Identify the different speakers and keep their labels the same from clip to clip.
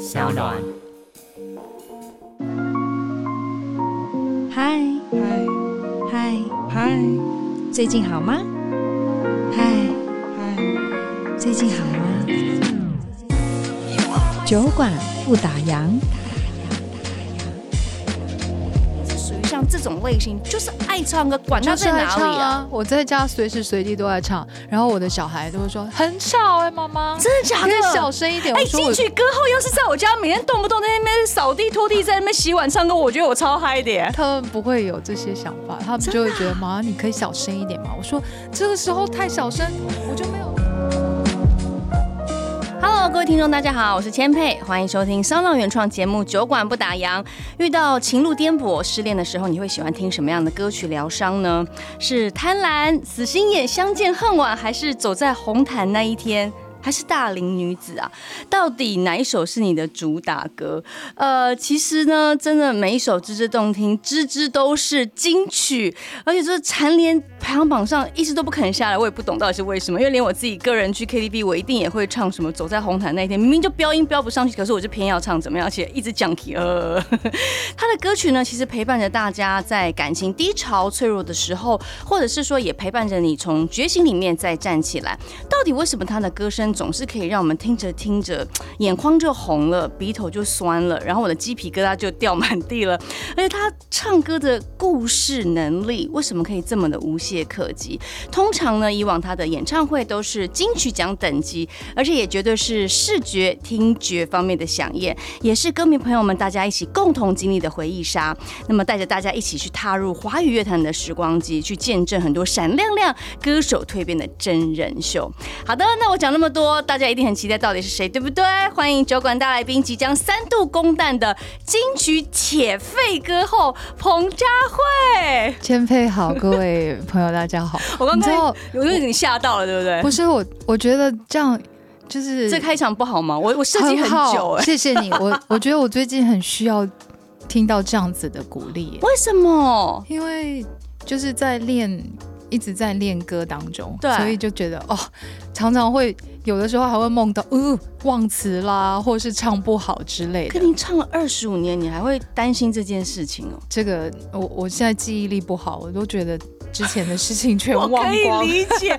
Speaker 1: 小暖。
Speaker 2: 嗨
Speaker 3: 嗨
Speaker 2: 嗨，
Speaker 3: 嗨
Speaker 2: 最近好吗？嗨，
Speaker 3: 嗨，
Speaker 2: 最近好吗？酒馆不打烊，
Speaker 4: 属于像这种类型，就是爱唱歌，管他
Speaker 5: 就是
Speaker 4: 在
Speaker 5: 爱
Speaker 4: 哪里
Speaker 5: 唱
Speaker 4: 啊。
Speaker 5: 啊！我在家随时随地都在唱，然后我的小孩都会说很吵哎、妈妈，
Speaker 4: 真的假
Speaker 5: 可以
Speaker 4: 的？
Speaker 5: 小声一点。
Speaker 4: 哎，
Speaker 5: 我说
Speaker 4: 金
Speaker 5: 我
Speaker 4: 曲歌后要是在我家，每天动不动在那边扫地、拖地，在那边洗碗、唱歌，我觉得我超嗨的耶。
Speaker 5: 他们不会有这些想法，他们就
Speaker 4: 啊
Speaker 5: 会觉得妈，你可以小声一点嘛。我说这个时候太小声，我就没有。
Speaker 4: Hello，各位听众，大家好，我是千佩，欢迎收听声浪原创节目《酒馆不打烊》。遇到情路颠簸、失恋的时候，你会喜欢听什么样的歌曲疗伤呢？是贪婪、死心眼、相见恨晚，还是走在红毯那一天？还是大龄女子啊？到底哪一首是你的主打歌？呃，其实呢，真的每一首《支支动听》，支支都是金曲，而且就是蝉联排行榜上一直都不肯下来，我也不懂到底是为什么。因为连我自己个人去 KTV，我一定也会唱什么《走在红毯那一天》，明明就标音标不上去，可是我就偏要唱，怎么样？而且一直讲题，呃， 他的歌曲呢，其实陪伴着大家在感情低潮、脆弱的时候，或者是说也陪伴着你从觉醒里面再站起来。到底为什么他的歌声总是可以让我们听着听着，眼眶就红了，鼻头就酸了，然后我的鸡皮疙瘩就掉满地了？而且他唱歌的故事能力为什么可以这么的无懈可击？通常呢，以往他的演唱会都是金曲奖等级，而且也绝对是视觉、听觉方面的响宴，也是歌迷朋友们大家一起共同经历的回忆杀。那么带着大家一起去踏入华语乐坛的时光机，去见证很多闪亮亮歌手蜕变的真人秀。好的，那我讲那么多，大家一定很期待到底是谁，对不对？欢迎酒馆大来宾即将三度公蛋的金曲铁肺歌后彭佳慧。
Speaker 5: 千佩好，各位朋友大 家好。
Speaker 4: 我刚
Speaker 5: 你知
Speaker 4: 刚
Speaker 5: 道
Speaker 4: 我有点吓到了，对不对？
Speaker 5: 不是我，我觉得这样就是
Speaker 4: 这开场不好吗？我我设计很
Speaker 5: 好
Speaker 4: 久哎、
Speaker 5: 谢谢你。我我觉得我最近很需要听到这样子的鼓励耶，
Speaker 4: 为什么？
Speaker 5: 因为就是在练，一直在练歌当中，
Speaker 4: 对
Speaker 5: 所以就觉得哦，常常会有的时候还会梦到，呃，忘词啦，或是唱不好之类
Speaker 4: 可
Speaker 5: 的。
Speaker 4: 你唱了二十五年，你还会担心这件事情哦？
Speaker 5: 这个我我现在记忆力不好，我都觉得之前的事情 全忘光，
Speaker 4: 理解，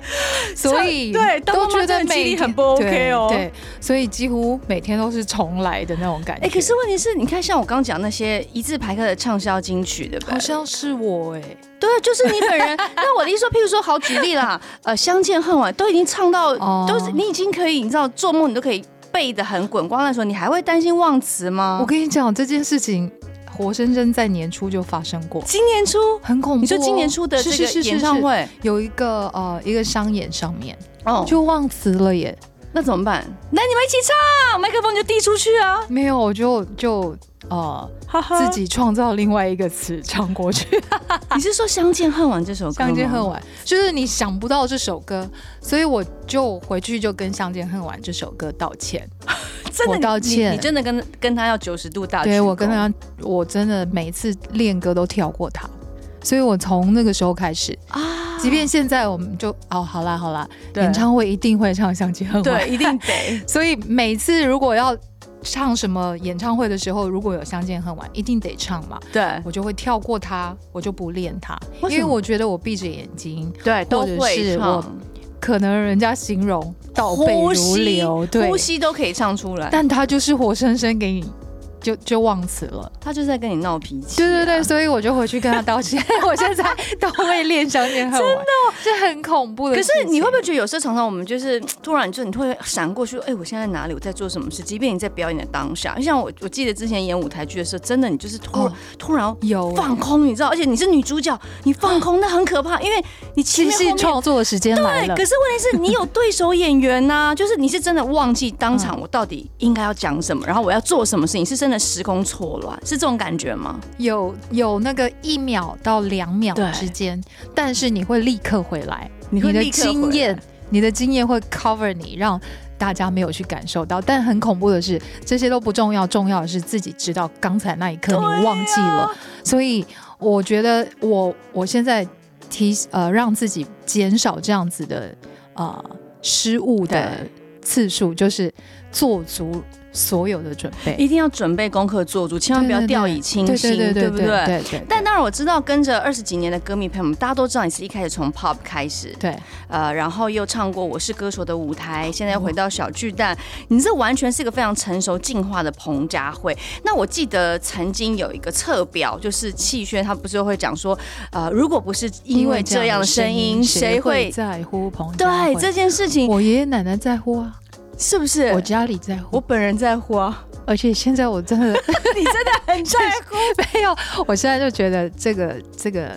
Speaker 5: 所以
Speaker 4: 对当妈
Speaker 5: 都
Speaker 4: 妈真
Speaker 5: 觉
Speaker 4: 的
Speaker 5: 得
Speaker 4: 记忆
Speaker 5: 每
Speaker 4: 力很
Speaker 5: 天
Speaker 4: 不 OK 哦
Speaker 5: 对，对所以几乎每天都是重来的那种感觉。
Speaker 4: 哎、可是问题是，你看像我刚刚讲那些一字排开的畅销金曲，对不对？
Speaker 5: 好像是我哎、
Speaker 4: 对，就是你本人。那我的意思说，譬如说，好举例 啦，呃，《相见恨晚》都已经唱到，
Speaker 5: 哦
Speaker 4: 都是你已经可以，你知道，做梦你都可以背得很滚光的时候，你还会担心忘词吗
Speaker 5: 我？跟你讲这件事情，活生生在年初就发生过，
Speaker 4: 今年初，
Speaker 5: 很恐怖哦、
Speaker 4: 你说今年初的这
Speaker 5: 是是
Speaker 4: 个
Speaker 5: 是是
Speaker 4: 演唱会，
Speaker 5: 是有一个呃一个商演上面
Speaker 4: 哦，
Speaker 5: 就忘词了耶，
Speaker 4: 那怎么办？那你们一起唱，麦克风就递出去啊，
Speaker 5: 没有我就就呃
Speaker 4: 哈
Speaker 5: 自。己创造另外一个词唱过去，
Speaker 4: 你是说《相见恨晚》这首歌吗？
Speaker 5: 相见恨晚就是你想不到这首歌，所以我就回去就跟相见恨晚这首歌道歉。
Speaker 4: 真的
Speaker 5: 我道
Speaker 4: 你
Speaker 5: 歉
Speaker 4: 你真的跟跟他要九十度大鞠
Speaker 5: 对我
Speaker 4: 躬
Speaker 5: 跟他，我真的每次练歌都跳过他，所以我从那个时候开始，
Speaker 4: 啊，
Speaker 5: 即便现在我们就哦，好啦好啦，
Speaker 4: 对
Speaker 5: 演唱会一定会唱《相见恨晚
Speaker 4: 对》。一定得
Speaker 5: 所以每次如果要唱什么演唱会的时候，如果有《相见恨晚》，一定得唱嘛，
Speaker 4: 对
Speaker 5: 我就会跳过它，我就不练它，
Speaker 4: 为
Speaker 5: 因
Speaker 4: 什么
Speaker 5: 为我觉得我闭着眼睛，
Speaker 4: 对都会
Speaker 5: 是我
Speaker 4: 唱，
Speaker 5: 可能人家形容倒背
Speaker 4: 呼
Speaker 5: 如
Speaker 4: 吸
Speaker 5: 流，对
Speaker 4: 呼，吸都可以唱出来，
Speaker 5: 但他就是活生生给你就就忘词了。
Speaker 4: 他就在跟你闹脾气、啊
Speaker 5: 对对对，，所以我就回去跟他 道歉。我现在都会练《相见恨晚》，真的是很恐怖的
Speaker 4: 哦可
Speaker 5: 事
Speaker 4: 是
Speaker 5: 情。
Speaker 4: 你会不会觉得有时候常常我们就是突然就你会闪过去，哎、我现在在哪里？我在做什么事？即便你在表演的当下，就像我我记得之前演舞台剧的时候，真的你就是突、
Speaker 5: 哦
Speaker 4: 突然
Speaker 5: 有欸
Speaker 4: 放空，你知道，而且你是女主角，你放空那很可怕，因为你前
Speaker 5: 其
Speaker 4: 面
Speaker 5: 实
Speaker 4: 后
Speaker 5: 是
Speaker 4: 面
Speaker 5: 创作的时间来
Speaker 4: 对，
Speaker 5: 了
Speaker 4: 可，是问题是你有对手演员呐、就是你是真的忘记当场我到底应该要讲什么，然后我要做什么事情，是真的时空错乱，是这种感觉吗？
Speaker 5: 有有那个一秒到两秒
Speaker 4: 对
Speaker 5: 之间，但是你会立刻回来，
Speaker 4: 你会
Speaker 5: 的
Speaker 4: 立刻回来
Speaker 5: 经验，你的经验会 cover 你，让大家没有去感受到。但很恐怖的是，这些都不重要，重要的是自己知道刚才那一刻你忘记了。所以我觉得我我现在提呃让自己减少这样子的呃失误的
Speaker 4: 对
Speaker 5: 次数，就是做足所有的准备，
Speaker 4: 一定要准备功课做足，千万不要掉以轻
Speaker 5: 对
Speaker 4: 心，
Speaker 5: 对对对
Speaker 4: 不
Speaker 5: 对对对，
Speaker 4: 但当然，我知道跟着二十几年的歌迷朋友们，大家都知道你是一开始从 pop 开始，
Speaker 5: 对
Speaker 4: 呃，然后又唱过《我是歌手》的舞台，现在又回到小巨蛋，你这完全是一个非常成熟进化的彭佳慧。那我记得曾经有一个测表，就是气轩他不是会讲说，呃，如果不是因为这样的声音，谁
Speaker 5: 谁
Speaker 4: 会？
Speaker 5: 在乎彭佳慧
Speaker 4: 对这件事情，
Speaker 5: 我爷爷奶奶在乎啊，
Speaker 4: 是不是
Speaker 5: 我家里在乎，
Speaker 4: 我本人在乎啊？
Speaker 5: 而且现在我真的
Speaker 4: 你 真的很在乎，
Speaker 5: 没有，我现在就觉得这个这个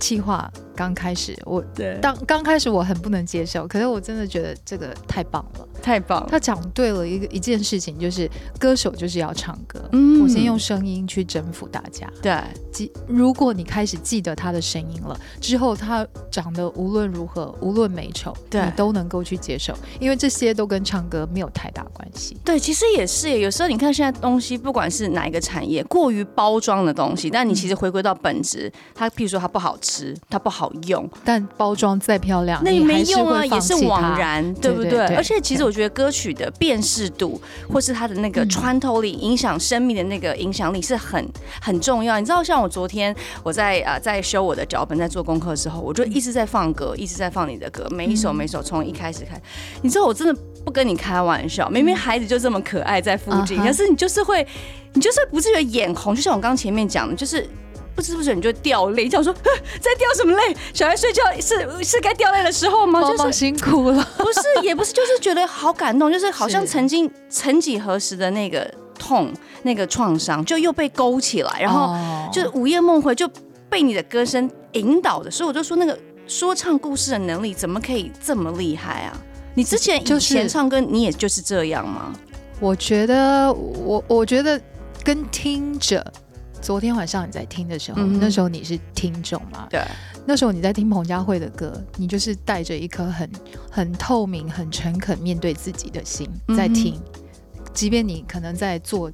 Speaker 5: 计划刚开始，我
Speaker 4: 对，
Speaker 5: 当刚开始我很不能接受，可是我真的觉得这个太棒了。
Speaker 4: 太棒了，
Speaker 5: 他讲对了一个一件事情，就是歌手就是要唱歌，
Speaker 4: 嗯
Speaker 5: 我先用声音去征服大家。
Speaker 4: 对。
Speaker 5: 记，如果你开始记得他的声音了，之后他长得无论如何，无论美丑，
Speaker 4: 对
Speaker 5: 你都能够去接受，因为这些都跟唱歌没有太大关系。
Speaker 4: 对，其实也是耶。有时候你看现在东西，不管是哪一个产业，过于包装的东西，但你其实回归到本质，它譬如说它不好吃，它不好用，
Speaker 5: 但包装再漂亮，
Speaker 4: 那也
Speaker 5: 你
Speaker 4: 没
Speaker 5: 还是
Speaker 4: 用啊，
Speaker 5: 会
Speaker 4: 也
Speaker 5: 放
Speaker 4: 是
Speaker 5: 弃它
Speaker 4: 枉然，对不
Speaker 5: 对
Speaker 4: 对？
Speaker 5: 对对嗯
Speaker 4: 而且其实我觉得歌曲的辨识度，或是它的那个穿透力，影响生命的那个影响力是很很重要。你知道，像我昨天我在呃在修我的脚本，在做功课的时候，我就
Speaker 5: 嗯
Speaker 4: 一直在放歌，一直在放你的歌，每一首每一首从一开始看，你知道我真的不跟你开玩笑，明
Speaker 5: 嗯
Speaker 4: 明孩子就这么可爱在附近，
Speaker 5: 啊哈
Speaker 4: 可是你就是会，你就是不自觉眼红，就像我刚前面讲的，就是。不知不觉你就掉泪，叫我说啊在掉什么泪？小孩睡觉是是该掉泪的时候吗？
Speaker 5: 妈
Speaker 4: 哦就
Speaker 5: 妈
Speaker 4: 是
Speaker 5: 辛苦了。
Speaker 4: 不是也不是，就是觉得好感动，就是好像
Speaker 5: 是
Speaker 4: 曾经曾几何时的那个痛、那个创伤，就又被勾起 来，然后
Speaker 5: 哦
Speaker 4: 就是午夜梦回就被你的歌声引导的，所以我就说那个说唱故事的能力怎么可以这么厉害啊？你之前
Speaker 5: 就
Speaker 4: 以
Speaker 5: 是
Speaker 4: 前唱歌，你也就是这样吗？
Speaker 5: 我觉得我我觉得跟听者，昨天晚上你在听的时候，
Speaker 4: 嗯哼
Speaker 5: 那时候你是听众嘛？
Speaker 4: 对，
Speaker 5: 那时候你在听彭佳慧的歌，你就是带着一颗很很透明、很诚恳面对自己的心
Speaker 4: 嗯哼
Speaker 5: 在听，即便你可能在做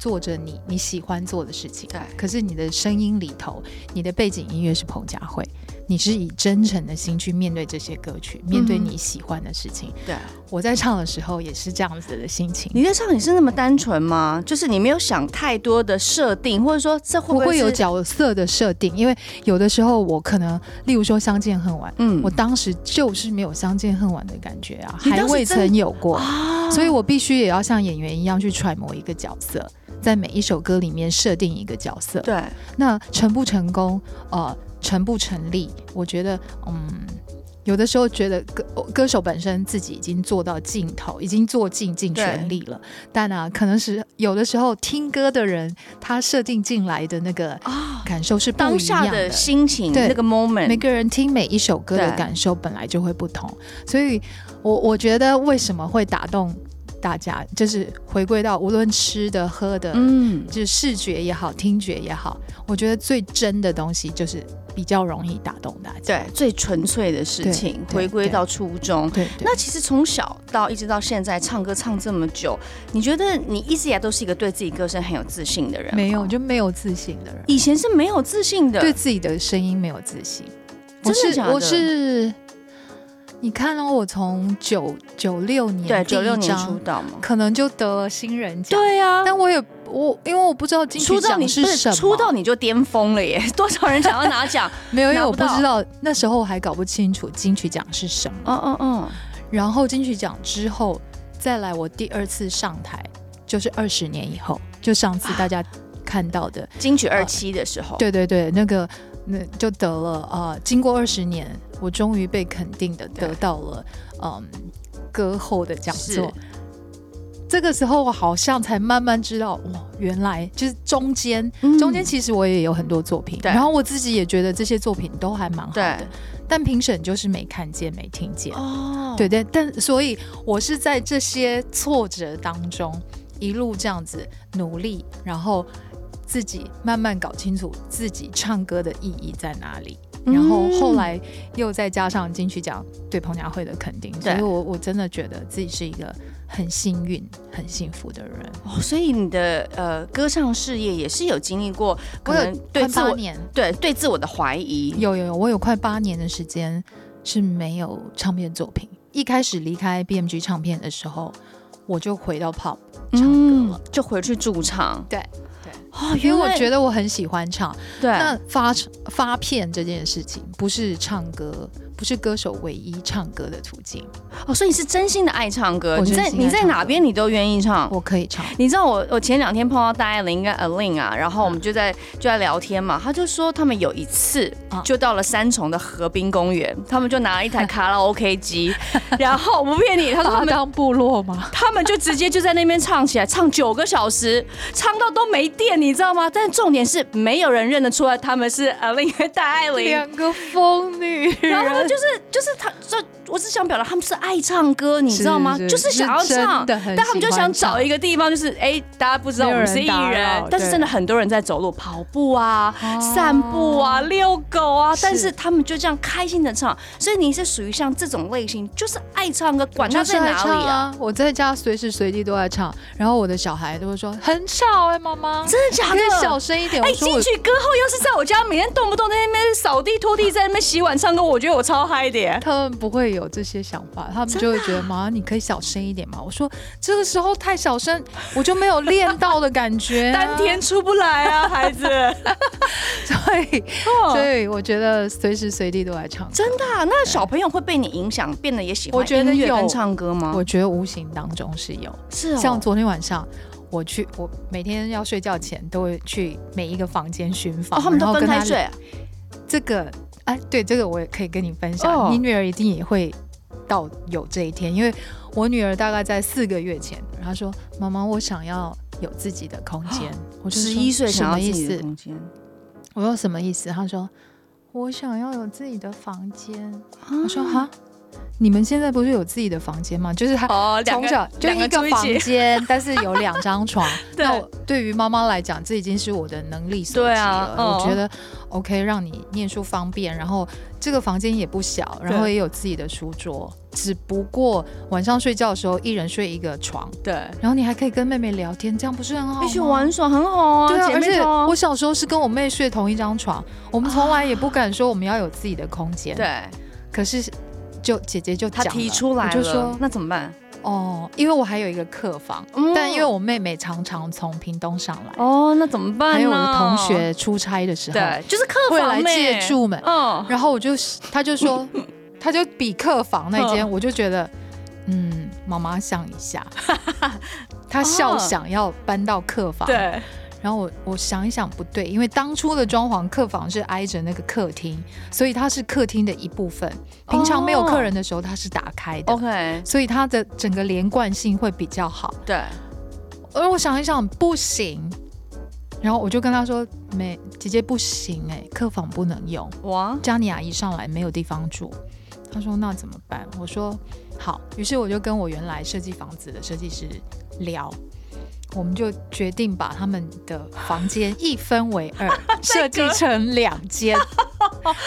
Speaker 5: 做着你你喜欢做的事情，
Speaker 4: 对
Speaker 5: 可是你的声音里头，你的背景音乐是彭佳慧，你是以真诚的心去面对这些歌曲，面对
Speaker 4: 嗯哼
Speaker 5: 你喜欢的事情。
Speaker 4: 对，
Speaker 5: 我在唱的时候也是这样子的心情。
Speaker 4: 你在唱你是那么单纯吗？就是你没有想太多的设定，或者说这会
Speaker 5: 不
Speaker 4: 会
Speaker 5: 会有
Speaker 4: 是？
Speaker 5: 角色的设定，因为有的时候我可能，例如说《相见恨晚》，
Speaker 4: 嗯
Speaker 5: 我当时就是没有相见恨晚的感觉啊，
Speaker 4: 你当
Speaker 5: 还
Speaker 4: 时
Speaker 5: 未
Speaker 4: 真
Speaker 5: 曾有过，
Speaker 4: 啊
Speaker 5: 所以我必须也要像演员一样去揣摩一个角色，在每一首歌里面设定一个角色。
Speaker 4: 对，
Speaker 5: 那成不成功，呃，成不成立，我觉得，嗯，有的时候觉得歌歌手本身自己已经做到尽头，已经做尽尽全力了，但啊，可能是有的时候听歌的人，他设定进来的那个
Speaker 4: 啊
Speaker 5: 感受是不
Speaker 4: 当
Speaker 5: 一样
Speaker 4: 下的心情
Speaker 5: 对
Speaker 4: 那个 moment，
Speaker 5: 每个人听每一首歌的
Speaker 4: 对
Speaker 5: 感受本来就会不同，所以我我觉得为什么会打动大家，就是回归到无论吃的喝的，
Speaker 4: 嗯，
Speaker 5: 就是视觉也好，听觉也好，我觉得最真的东西就是比较容易打动大家。
Speaker 4: 对，最纯粹的事
Speaker 5: 对
Speaker 4: 情，
Speaker 5: 对
Speaker 4: 回归
Speaker 5: 对
Speaker 4: 到初衷。
Speaker 5: 对，对
Speaker 4: 那其实从小到一直到现在，唱歌唱这么久，你觉得你一直以来都是一个对自己歌声很有自信的人吗？
Speaker 5: 没有就没有自信的人，
Speaker 4: 以前是没有自信哦的，
Speaker 5: 对自己的声音没有自信。我
Speaker 4: 真的
Speaker 5: 是
Speaker 4: 假的
Speaker 5: 我是，你看哦，我从九九六年
Speaker 4: 对，
Speaker 5: 第一
Speaker 4: 九六年
Speaker 5: 张啊
Speaker 4: 出道嘛，
Speaker 5: 可能就得新人奖，
Speaker 4: 对呀、
Speaker 5: 但我也我因为我不知道金曲
Speaker 4: 出道你
Speaker 5: 奖
Speaker 4: 不是
Speaker 5: 什么，
Speaker 4: 出道你就巅峰了耶！ 多少人想要拿 奖？
Speaker 5: 没有，因为
Speaker 4: 拿
Speaker 5: 我
Speaker 4: 不
Speaker 5: 不
Speaker 4: 到
Speaker 5: 知道那时候还搞不清楚金曲奖是什么。
Speaker 4: 哦哦哦，
Speaker 5: 然后金曲奖之后再来，我第二次上台就是二十年以后，就上次大家看到的，
Speaker 4: 金曲二期的时候，
Speaker 5: 对对对，那个那就得了啊、呃经过二十年，我终于被肯定的
Speaker 4: 对
Speaker 5: 得到了嗯歌后的讲座
Speaker 4: 是。
Speaker 5: 这个时候，我好像才慢慢知道，哇，原来就是中间
Speaker 4: 嗯
Speaker 5: 中间其实我也有很多作品，
Speaker 4: 对
Speaker 5: 然后我自己也觉得这些作品都还蛮好的
Speaker 4: 对，
Speaker 5: 但评审就是没看见、没听见。
Speaker 4: 哦，
Speaker 5: 对对，但所以我是在这些挫折当中一路这样子努力，然后自己慢慢搞清楚自己唱歌的意义在哪里。
Speaker 4: 嗯
Speaker 5: 然后后来又再加上金曲奖对彭佳慧的肯定，所
Speaker 4: 对
Speaker 5: 以我我真的觉得自己是一个很幸运、很幸福的人。
Speaker 4: 哦，所以你的呃歌唱事业也是有经历过，可
Speaker 5: 我有
Speaker 4: 能对
Speaker 5: 快
Speaker 4: 自
Speaker 5: 八
Speaker 4: 我
Speaker 5: 年，
Speaker 4: 对对自我的怀疑，
Speaker 5: 有有有，我有快八年的时间是没有唱片作品。一开始离开 BMG 唱片的时候，我就回到 pub 唱歌
Speaker 4: 嗯
Speaker 5: 了。，
Speaker 4: 就回去驻唱。
Speaker 5: 对对
Speaker 4: 哦，
Speaker 5: 因为
Speaker 4: 原
Speaker 5: 我
Speaker 4: 来
Speaker 5: 觉得我很喜欢唱，
Speaker 4: 对，
Speaker 5: 那发发片这件事情不是唱歌，不是歌手唯一唱歌的途径。
Speaker 4: 哦，所以你是真心的爱唱歌，
Speaker 5: 我
Speaker 4: 你
Speaker 5: 真
Speaker 4: 在
Speaker 5: 心爱
Speaker 4: 你在
Speaker 5: 唱
Speaker 4: 哪
Speaker 5: 歌
Speaker 4: 边你都愿意唱。
Speaker 5: 我可以 唱，
Speaker 4: 你知道我我前两天碰到戴爱玲跟 Alin 啊，然后
Speaker 5: 嗯
Speaker 4: 我们就在就在聊天嘛，他就说他们有一次
Speaker 5: 啊
Speaker 4: 就到了三重的河滨公园，他们就拿了一 台卡拉 OK 机，然后我不骗你，他说
Speaker 5: 把
Speaker 4: 他
Speaker 5: 它
Speaker 4: 们
Speaker 5: 当部落吗？
Speaker 4: 他们就直接就在那边唱起来，唱九个小时，唱到都没电，你知道吗？但重点是没有人认得出来他们是 Alin 跟戴爱玲。
Speaker 5: 两个疯女
Speaker 4: 然后他们
Speaker 5: 人，
Speaker 4: 就是就是他，就我只想表达他们是爱唱歌，你知道吗？
Speaker 5: 是
Speaker 4: 就是想要
Speaker 5: 是真
Speaker 4: 唱，
Speaker 5: 的很
Speaker 4: 但他们就
Speaker 5: 喜
Speaker 4: 想
Speaker 5: 欢
Speaker 4: 找
Speaker 5: 唱
Speaker 4: 一个地方，就是哎、大家不知道
Speaker 5: 没
Speaker 4: 我
Speaker 5: 有
Speaker 4: 们是
Speaker 5: 人
Speaker 4: 艺
Speaker 5: 打
Speaker 4: 人
Speaker 5: 扰，
Speaker 4: 但是
Speaker 5: 对
Speaker 4: 真的很多人在走路、跑步啊、
Speaker 5: 哦
Speaker 4: 散步啊、遛狗啊，
Speaker 5: 是
Speaker 4: 但是他们就这样开心的唱，所以你是属于像这种类型，就是爱唱歌，管他
Speaker 5: 就是
Speaker 4: 在
Speaker 5: 爱
Speaker 4: 哪
Speaker 5: 唱
Speaker 4: 里啊，
Speaker 5: 啊！我在家随时随地都在唱，然后我的小孩都会说很吵哎、妈妈，
Speaker 4: 真的假
Speaker 5: 可以小
Speaker 4: 的？
Speaker 5: 声一点。
Speaker 4: 哎，
Speaker 5: 我说
Speaker 4: 进
Speaker 5: 我
Speaker 4: 去歌后要是在我家，每天动不动在那边扫地、拖地，在那边洗碗、唱歌，我觉得我超嗨的耶！
Speaker 5: 他们不会有这些想法，他们就会觉得妈，你可以小声一点嘛。我说这个时候太小声，我就没有练到的感觉、啊
Speaker 4: 丹田，出不来 啊，孩子。
Speaker 5: 对，所
Speaker 4: 哦
Speaker 5: 以我觉得随时随地都来唱歌。
Speaker 4: 真的啊、那小朋友会被你影响，变得也喜欢
Speaker 5: 我觉得
Speaker 4: 音乐跟
Speaker 5: 有
Speaker 4: 唱歌吗？
Speaker 5: 我觉得无形当中是有，
Speaker 4: 哦是哦，
Speaker 5: 像昨天晚上。我去，我每天要睡觉前都会去每一个房间巡
Speaker 4: 哦，
Speaker 5: 房，
Speaker 4: 他们都
Speaker 5: 然后
Speaker 4: 分
Speaker 5: 跟
Speaker 4: 开
Speaker 5: 他
Speaker 4: 睡啊，
Speaker 5: 这个，哎，对，这个我也可以跟你分享。
Speaker 4: 哦
Speaker 5: 你女儿一定也会到有这一天，因为我女儿大概在四个月前，她说：“妈妈，我想要有自己的空间。我就
Speaker 4: 啊十
Speaker 5: 说
Speaker 4: 一岁
Speaker 5: 什
Speaker 4: 想要
Speaker 5: 么
Speaker 4: 自
Speaker 5: 意
Speaker 4: 己的
Speaker 5: 思？
Speaker 4: 空间
Speaker 5: 我说什么意思？她说：“我想要有自己的房间。
Speaker 4: 啊
Speaker 5: 我说：“哈，你们现在不是有自己的房间吗？就是她
Speaker 4: 哦，两
Speaker 5: 从
Speaker 4: 个
Speaker 5: 小就
Speaker 4: 两
Speaker 5: 一
Speaker 4: 个
Speaker 5: 个
Speaker 4: 住一
Speaker 5: 房
Speaker 4: 起，
Speaker 5: 间，但是有两张床。
Speaker 4: 对
Speaker 5: 那我对于妈妈来讲，这已经是我的能力所及
Speaker 4: 对
Speaker 5: 了。
Speaker 4: 啊嗯
Speaker 5: 我觉得 OK，让你念书方便，然后这个房间也不小，然后
Speaker 4: 对
Speaker 5: 也有自己的书桌，只不过晚上睡觉的时候一人睡一个床，
Speaker 4: 对，
Speaker 5: 然后你还可以跟妹妹聊天，这样不是很好吗？
Speaker 4: 一起玩耍很好啊，
Speaker 5: 对啊，
Speaker 4: 姐
Speaker 5: 而
Speaker 4: 妹
Speaker 5: 且
Speaker 4: 淘啊
Speaker 5: 我小时候是跟我妹睡同一张床，我们从来也不敢说我们要有自己的空间。，
Speaker 4: 对
Speaker 5: 可是就姐姐就
Speaker 4: 他
Speaker 5: 讲了
Speaker 4: 提出来
Speaker 5: 我就说
Speaker 4: 了，那怎么办？
Speaker 5: 哦，因为我还有一个客房，
Speaker 4: 嗯
Speaker 5: 但因为我妹妹常常从屏东上来，
Speaker 4: 哦，那怎么办呢？
Speaker 5: 还有我的同学出差的时候，
Speaker 4: 对，就是客
Speaker 5: 会
Speaker 4: 房
Speaker 5: 来
Speaker 4: 妹
Speaker 5: 借住们，
Speaker 4: 嗯，
Speaker 5: 然后我就她 就说，她就比客房那间，我就觉得，嗯，妈妈想一 下，她笑想要搬到客房，，
Speaker 4: 对，
Speaker 5: 然后我我想一想不对，因为当初的装潢客房是挨着那个客厅，所以它是客厅的一部分，平常没有客人的时候它是打开的。
Speaker 4: ，OK，
Speaker 5: 所以它的整个连贯性会比较好。
Speaker 4: 对，
Speaker 5: 而我想一想，不行。然后我就跟他说：“没，姐姐不行哎、客房不能用。
Speaker 4: 哇，
Speaker 5: 佳妮阿姨上来没有地方住。”他说：“那怎么办？”我说：“好。”于是我就跟我原来设计房子的设计师聊，我们就决定把他们的房间一分为二，设计成两间。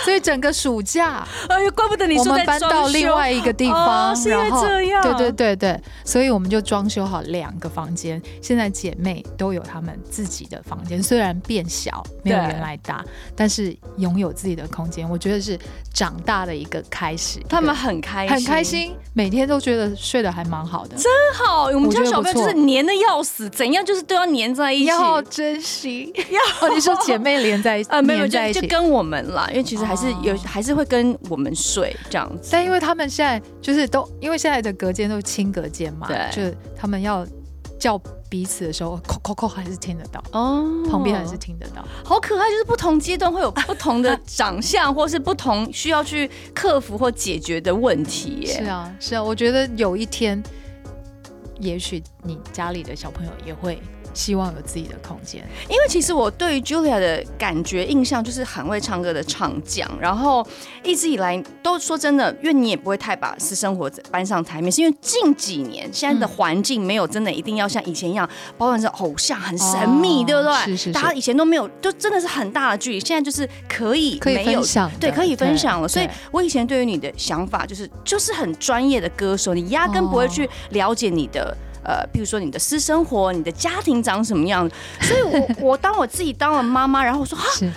Speaker 5: 所以整个暑假，
Speaker 4: 哎呦，怪不得你
Speaker 5: 我
Speaker 4: 说
Speaker 5: 们
Speaker 4: 在
Speaker 5: 搬
Speaker 4: 装
Speaker 5: 到
Speaker 4: 修
Speaker 5: 另外一个地方，
Speaker 4: 哦是因为
Speaker 5: 然后
Speaker 4: 这样
Speaker 5: 对对对对，所以我们就装修好两个房间。现在姐妹都有她们自己的房间，虽然变小，没有
Speaker 4: 对
Speaker 5: 原来大，但是拥有自己的空间，我觉得是长大的一个开始。
Speaker 4: 他们
Speaker 5: 一
Speaker 4: 很开
Speaker 5: 个很开心，每天都觉得睡得还蛮好的，真
Speaker 4: 好，我们
Speaker 5: 我觉
Speaker 4: 家
Speaker 5: 得
Speaker 4: 小
Speaker 5: 不
Speaker 4: 朋友就是
Speaker 5: 错
Speaker 4: 黏的要死，怎样就是都要黏在一起。
Speaker 5: 要珍惜。哦，你说姐妹连 在一起，
Speaker 4: 呃，没有，
Speaker 5: 黏
Speaker 4: 就
Speaker 5: 在一
Speaker 4: 就
Speaker 5: 起。
Speaker 4: 跟我们啦，因为其实还是有，
Speaker 5: 哦
Speaker 4: 还是会跟我们睡这样子。
Speaker 5: 但因为他们现在就是都，因为现在的隔间都是轻隔间嘛，
Speaker 4: 对
Speaker 5: 就是他们要叫彼此的时候，扣扣扣还是听得到，
Speaker 4: 哦，
Speaker 5: 旁边还是听得到。
Speaker 4: 好可爱，就是不同阶段会有不同的长相，或是不同需要去克服或解决的问题
Speaker 5: 是
Speaker 4: 耶。
Speaker 5: 啊，是啊，我觉得有一天，也许你家里的小朋友也会希望有自己的空间。
Speaker 4: 因为其实我对于 Julia 的感觉印象就是很会唱歌的唱将，然后一直以来都说真的，因为你也不会太把私生活搬上台面，是因为近几年现在的
Speaker 5: 嗯
Speaker 4: 环境没有真的一定要像以前一样，包含是偶像很神秘，
Speaker 5: 哦
Speaker 4: 对不对？
Speaker 5: 是是是
Speaker 4: 大家以前都没有，就真的是很大的距离，现在就是可以
Speaker 5: 可以
Speaker 4: 没有
Speaker 5: 分享的，
Speaker 4: 对，可以分享了。所以
Speaker 5: 对
Speaker 4: 我以前对于你的想法就是，就是很专业的歌手，你压根不会
Speaker 5: 哦
Speaker 4: 去了解你的。呃，譬如说你的私生活、你的家庭长什么样子，所以我我当我自己当了妈妈，然后我说哈，
Speaker 5: 是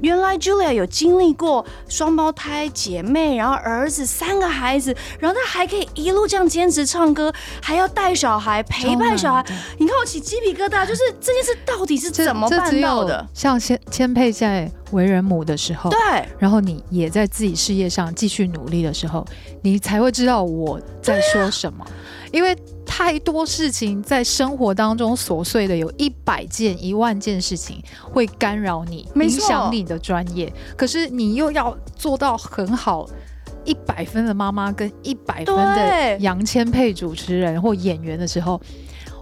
Speaker 4: 原来 Julia 有经历过双胞胎姐妹，然后儿子三个孩子，然后她还可以一路这样坚持唱歌，还要带小孩陪伴小孩
Speaker 5: 哦啊当然对，
Speaker 4: 你看我起鸡皮疙瘩，就是这件事到底是
Speaker 5: 这
Speaker 4: 怎么
Speaker 5: 这只
Speaker 4: 办到
Speaker 5: 有
Speaker 4: 的？
Speaker 5: 像千千佩在为人母的时候，
Speaker 4: 对，
Speaker 5: 然后你也在自己事业上继续努力的时候，你才会知道我在说 什么，因为太多事情在生活当中琐碎的，有一百件、一万件事情会干扰你，
Speaker 4: 没
Speaker 5: 影
Speaker 4: 错
Speaker 5: 响你的专业，可是你又要做到很好。一百分的妈妈跟一百分的
Speaker 4: 对
Speaker 5: 杨千配主持人或演员的时候，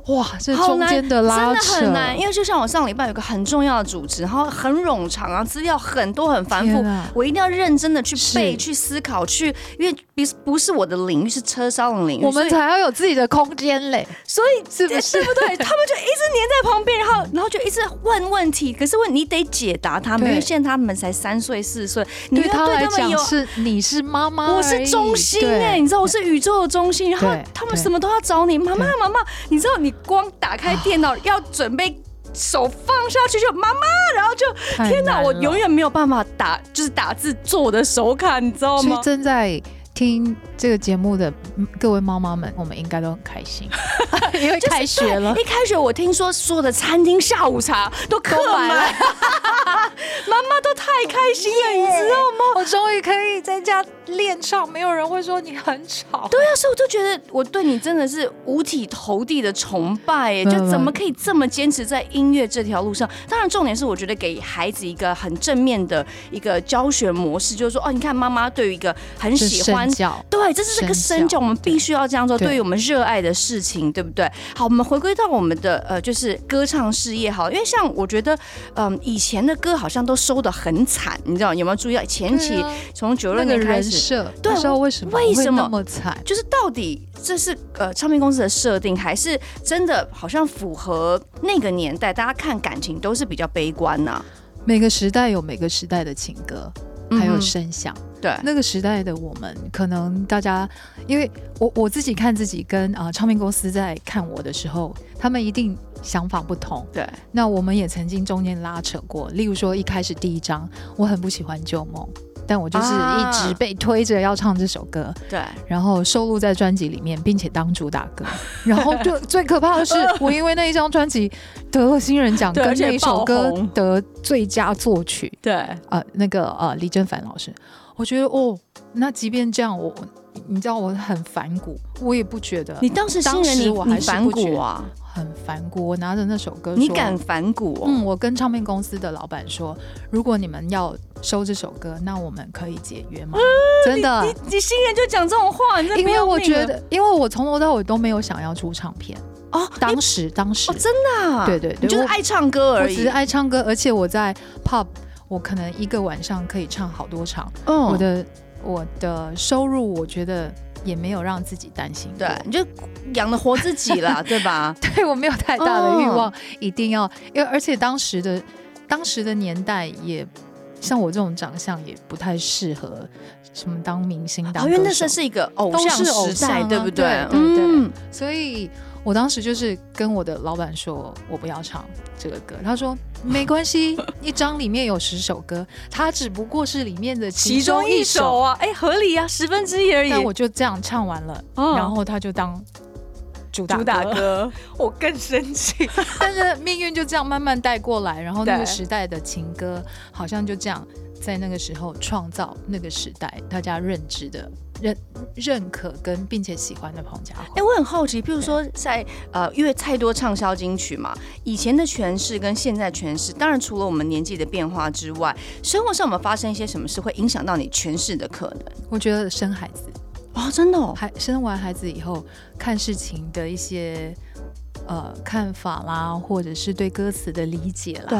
Speaker 5: 哇，这
Speaker 4: 好
Speaker 5: 中
Speaker 4: 难
Speaker 5: 间的
Speaker 4: 真
Speaker 5: 拉扯
Speaker 4: 的很难，因为就像我上礼拜有个很重要的主持，然后很冗长啊，资料很多很繁复
Speaker 5: 天啊，
Speaker 4: 我一定要认真的去背、
Speaker 5: 是
Speaker 4: 去思考、去，因为不是不是我的领域，是车商的领域，
Speaker 5: 我们
Speaker 4: 所以
Speaker 5: 才要有自己的空间嘞，
Speaker 4: 所以
Speaker 5: 是不是
Speaker 4: 对？不 对？他们就一直黏在旁边，然后然后就一直问问题，可是问你得解答他们，
Speaker 5: 对
Speaker 4: 因为现在他们才三岁四岁，你
Speaker 5: 对
Speaker 4: 要
Speaker 5: 他来
Speaker 4: 对他们
Speaker 5: 讲
Speaker 4: 有。
Speaker 5: 是你是妈妈而已，
Speaker 4: 我是中心哎、
Speaker 5: 对
Speaker 4: 你知道我是宇宙的中心，然后
Speaker 5: 对
Speaker 4: 他们
Speaker 5: 对
Speaker 4: 什么都要找你，妈妈
Speaker 5: 对
Speaker 4: 妈妈，你知道你光打开电脑要准备手放下去就妈妈，然后就
Speaker 5: 太
Speaker 4: 天哪，
Speaker 5: 难
Speaker 4: 我
Speaker 5: 了
Speaker 4: 永远没有办法打，就是打字做我的手卡，你知道
Speaker 5: 所以
Speaker 4: 吗？
Speaker 5: 正在听这个节目的嗯各位妈妈们，我们应该都很 开心，因为开学了
Speaker 4: 对。一开学我听说所有的餐厅下午茶都客
Speaker 5: 都
Speaker 4: 满，
Speaker 5: 满了
Speaker 4: 妈妈都太开心了，你知道吗？
Speaker 5: 我终于可以在家练唱，没有人会说你很吵。
Speaker 4: 对啊，所以我就觉得我对你真的是五体投地的崇拜耶，
Speaker 5: 没
Speaker 4: 就
Speaker 5: 有
Speaker 4: 怎么可以这么坚持在音乐这条路上？当然，重点是我觉得给孩子一个很正面的一个教学模式，就是说，哦，你看妈妈对于一个很
Speaker 5: 是
Speaker 4: 喜欢
Speaker 5: 身。教，
Speaker 4: 对，这是这个
Speaker 5: 身
Speaker 4: 身
Speaker 5: 教
Speaker 4: 教，我们必须要这样做，
Speaker 5: 对
Speaker 4: 对于我们热爱的事情，对不对？好，我们回归到我们的呃，就是歌唱事业好了，因为像我觉得，嗯、以前的歌好像都收的很惨，你知道有没有注意到？前期
Speaker 5: 对啊
Speaker 4: 从九六
Speaker 5: 那个
Speaker 4: 年开
Speaker 5: 人
Speaker 4: 始，
Speaker 5: 设，
Speaker 4: 对
Speaker 5: 不知道为什么
Speaker 4: 为
Speaker 5: 会
Speaker 4: 什么
Speaker 5: 那么惨？
Speaker 4: 就是到底这是呃唱片公司的设定，还是真的好像符合那个年代？大家看感情都是比较悲观啊呐、
Speaker 5: 每个时代有每个时代的情歌，
Speaker 4: 嗯
Speaker 5: 还有
Speaker 4: 哼
Speaker 5: 声响。
Speaker 4: 对，
Speaker 5: 那个时代的我们，可能大家，因为我我自己看自己跟啊、呃唱片公司在看我的时候，他们一定想法不同。
Speaker 4: 对，
Speaker 5: 那我们也曾经中间拉扯过，例如说一开始第一章，我很不喜欢《旧梦》，但我就是一直
Speaker 4: 啊
Speaker 5: 被推着要唱这首歌，
Speaker 4: 对，
Speaker 5: 然后收录在专辑里面，并且当主打 歌。然后就最可怕的是，我因为那一张专辑得了新人奖，
Speaker 4: 对
Speaker 5: 跟
Speaker 4: 而且
Speaker 5: 那一首
Speaker 4: 爆
Speaker 5: 歌
Speaker 4: 红
Speaker 5: 得最佳作曲。
Speaker 4: 对，
Speaker 5: 呃，那个呃，李正凡老师，我觉得哦，那即便这样，我你知道我很反骨，我也不觉得
Speaker 4: 你当时新
Speaker 5: 当
Speaker 4: 人
Speaker 5: 时
Speaker 4: 你
Speaker 5: 我
Speaker 4: 你
Speaker 5: 还是
Speaker 4: 反
Speaker 5: 不觉
Speaker 4: 骨啊，
Speaker 5: 很反骨。我拿着那首歌说，
Speaker 4: 你敢反骨哦？
Speaker 5: 嗯，我跟唱片公司的老板说，如果你们要收这首歌，那我们可以解约吗？真的，
Speaker 4: 啊你你新人就讲这种话，你这
Speaker 5: 因
Speaker 4: 不
Speaker 5: 为
Speaker 4: 要
Speaker 5: 我
Speaker 4: 命
Speaker 5: 觉
Speaker 4: 了
Speaker 5: 得，因为我从头到尾都没有想要出唱片，
Speaker 4: 哦，你
Speaker 5: 当时当时、
Speaker 4: 哦真的、啊，
Speaker 5: 对对对
Speaker 4: 你就是
Speaker 5: 我
Speaker 4: 爱唱歌
Speaker 5: 我
Speaker 4: 而
Speaker 5: 只
Speaker 4: 已
Speaker 5: 是。爱唱歌，而且我在 pub，我可能一个晚上可以唱好多场，
Speaker 4: 嗯
Speaker 5: 我的我的收入，我觉得也没有让自己担心过。
Speaker 4: 对，你就养得活自己 啦，对吧？
Speaker 5: 对我没有太大的欲望，
Speaker 4: 嗯
Speaker 5: 一定要，因为而且当时的当时的年代也。像我这种长相也不太适合什么当明星当
Speaker 4: 好，
Speaker 5: 歌
Speaker 4: 哦因
Speaker 5: 手，
Speaker 4: 为那时候是一个偶
Speaker 5: 都是
Speaker 4: 像
Speaker 5: 偶
Speaker 4: 时
Speaker 5: 像
Speaker 4: 代，
Speaker 5: 啊
Speaker 4: 对不对
Speaker 5: 对？对对
Speaker 4: 嗯，
Speaker 5: 所以我当时就是跟我的老板说，我不要唱这个歌。他说没 关系，一张里面有十首歌，它只不过是里面的
Speaker 4: 其中
Speaker 5: 一
Speaker 4: 一首。啊，哎，合理啊，十分之一而已。
Speaker 5: 但我就这样唱完了，
Speaker 4: 嗯
Speaker 5: 然后他就当主打
Speaker 4: 主打
Speaker 5: 歌。
Speaker 4: 歌，我更生气。
Speaker 5: 但是命运就这样慢慢带过来，然后那
Speaker 4: 对
Speaker 5: 个时代的情歌好像就这样。在那个时候创造那个时代大家认知的认认可跟并且喜欢的彭佳慧
Speaker 4: 哎、，我很好奇，譬如说在呃，因为太多畅销金曲嘛，以前的诠释跟现在诠释，当然除了我们年纪的变化之外，生活上有没有发生一些什么事会影响到你诠释的可能？
Speaker 5: 我觉得生孩子
Speaker 4: 哦，真的哦，
Speaker 5: 孩生完孩子以后看事情的一些呃看法啦，或者是对歌词的理解啦，
Speaker 4: 对。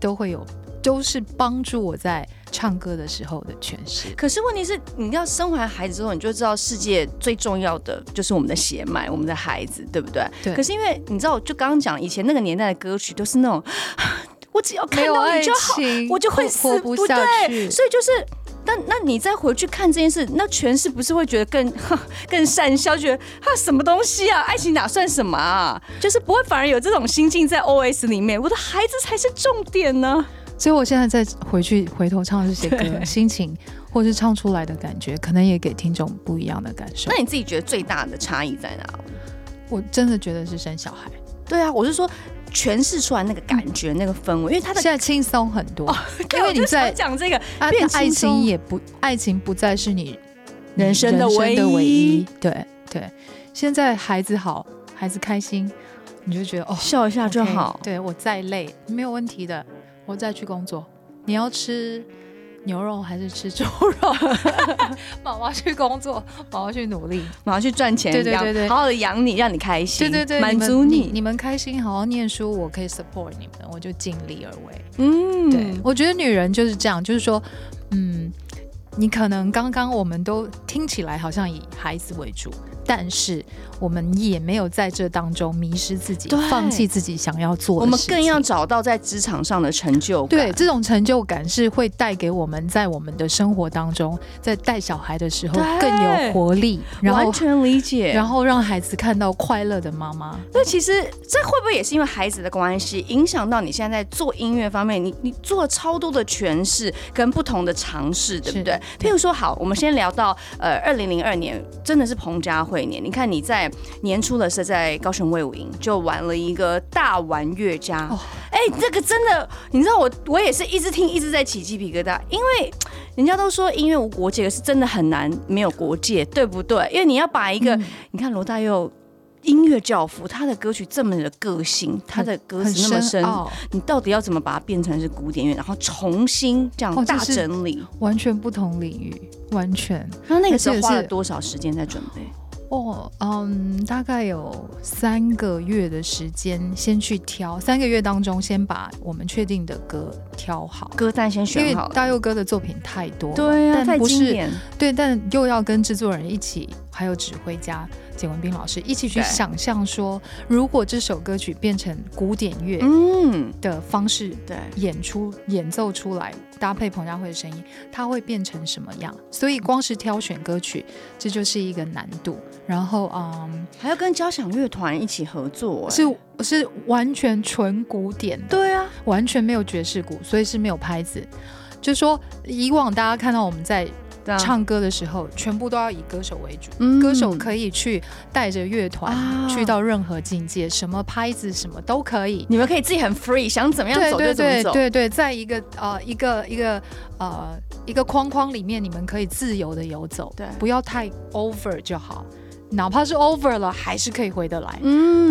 Speaker 5: 都会有，都是帮助我在唱歌的时候的诠释。
Speaker 4: 可是问题是，你要生完孩子之后，你就知道世界最重要的就是我们的血脉，我们的孩子，对不对？
Speaker 5: 对
Speaker 4: 可是因为你知道，我就刚刚讲，以前那个年代的歌曲都是那种， 我只要
Speaker 5: 没
Speaker 4: 看
Speaker 5: 有
Speaker 4: 到
Speaker 5: 爱
Speaker 4: 你就好，
Speaker 5: 情，
Speaker 4: 我就会
Speaker 5: 活
Speaker 4: 死
Speaker 5: 活不下
Speaker 4: 对，
Speaker 5: 去。
Speaker 4: 所以就是。但那你再回去看这件事，那诠释不是会觉得更 更善消，觉得哈什么东西啊，爱情哪算什么啊？就是不会反而有这种心境在 OS 里面，我的孩子才是重点呢、
Speaker 5: 所以我现在再回去回头唱这些歌，
Speaker 4: 对
Speaker 5: 心情或是唱出来的感觉，可能也给听众不一样的感受
Speaker 4: 那。你自己觉得最大的差异在哪？
Speaker 5: 我真的觉得是生小孩，
Speaker 4: 对啊，我是说诠释出来那个感觉、那个氛围，因为他的哦
Speaker 5: 嗯现在轻松很多，因为你
Speaker 4: 在
Speaker 5: 在
Speaker 4: 讲这个
Speaker 5: 啊
Speaker 4: 变，
Speaker 5: 爱
Speaker 4: 轻松
Speaker 5: 情也不，爱情不再是你
Speaker 4: 人生的唯一
Speaker 5: 一。对对，现在孩子好，孩子开心，你就觉得哦，
Speaker 4: 笑一下就
Speaker 5: OK，
Speaker 4: 好。
Speaker 5: 哎对我再累没有问题的，我再去工作。你要吃牛肉还是吃猪肉？ 妈妈去工作，妈妈去努力。
Speaker 4: 马上去赚钱，
Speaker 5: 对对
Speaker 4: 养
Speaker 5: 对对
Speaker 4: 好好的养你，让你开心，
Speaker 5: 对对对，
Speaker 4: 满
Speaker 5: 们
Speaker 4: 足
Speaker 5: 你
Speaker 4: 你。
Speaker 5: 你们开心，好好念书，我可以 support 你们，我就尽力而为。
Speaker 4: 嗯，
Speaker 5: 对，我觉得女人就是这样，就是说，嗯，你可能刚刚我们都听起来好像以孩子为主，但是我们也没有在这当中迷失自己
Speaker 4: 对，
Speaker 5: 放弃自己想要做
Speaker 4: 我
Speaker 5: 的
Speaker 4: 们
Speaker 5: 事情
Speaker 4: 更要找到在职场上的成就感。
Speaker 5: 对，这种成就感是会带给我们在我们的生活当中，在带小孩的时候
Speaker 4: 对
Speaker 5: 更有活力，然后
Speaker 4: 完全理解。
Speaker 5: 然后让孩子看到快乐的妈妈。
Speaker 4: 那其实这会不会也是因为孩子的关系，影响到你现在在做音乐方面，你你做了超多的诠释跟不同的尝试，对不
Speaker 5: 是
Speaker 4: 对？譬如说，好，我们先聊到呃，二零零二年真的是彭佳慧年。你看你在年初的时候在高雄卫武营就玩了一个大玩乐家，
Speaker 5: 哦
Speaker 4: 哎、这个真的，你知道我我也是一直听一直在起鸡皮疙瘩，因为。人家都说音乐无国界，可是真的很难没有国界，对不对？因为你要把一个，
Speaker 5: 嗯
Speaker 4: 你看罗大佑音乐教父，他的歌曲这么的个性，他的歌
Speaker 5: 很
Speaker 4: 词那么深，
Speaker 5: 深哦奥，
Speaker 4: 你到底要怎么把它变成是古典乐，然后重新这样
Speaker 5: 哦
Speaker 4: 大
Speaker 5: 就是
Speaker 4: 整理？
Speaker 5: 完全不同领域，完全
Speaker 4: 那那个时候
Speaker 5: 而且是
Speaker 4: 花了多少时间在准备？
Speaker 5: 哦，嗯，大概有三个月的时间，先去挑，三个月当中先把我们确定的歌挑好，
Speaker 4: 歌单先
Speaker 5: 因为
Speaker 4: 选好了，
Speaker 5: 大佑哥的作品太多了，
Speaker 4: 对啊，太
Speaker 5: 但不
Speaker 4: 经
Speaker 5: 是
Speaker 4: 典，
Speaker 5: 对，但又要跟制作人一起，还有指挥家简文斌老师一起去
Speaker 4: 对
Speaker 5: 想象说，如果这首歌曲变成古典乐
Speaker 4: 嗯，
Speaker 5: 的方式
Speaker 4: 对，
Speaker 5: 演出、演奏出来，搭配彭佳慧的声音，它会变成什么样？所以光是挑选歌曲，这就是一个难度。然后，嗯，
Speaker 4: 还要跟交响乐团一起合作、哎
Speaker 5: 是是完全纯古典的，
Speaker 4: 对啊，
Speaker 5: 完全没有爵士鼓，所以是没有拍子。就说以往大家看到我们在
Speaker 4: 对啊，
Speaker 5: 唱歌的时候，全部都要以歌手为主。
Speaker 4: 嗯
Speaker 5: 歌手可以去带着乐团、
Speaker 4: 啊
Speaker 5: 去到任何境界，什么拍子什么都可以。
Speaker 4: 你们可以自己很 free，想怎么样
Speaker 5: 对
Speaker 4: 走
Speaker 5: 对
Speaker 4: 就怎么
Speaker 5: 对
Speaker 4: 走。
Speaker 5: 对对，在一个呃一个一个呃一个框框里面，你们可以自由的游走，
Speaker 4: 对
Speaker 5: 不要太 over 就好。哪怕是 over 了，还是可以回得来。但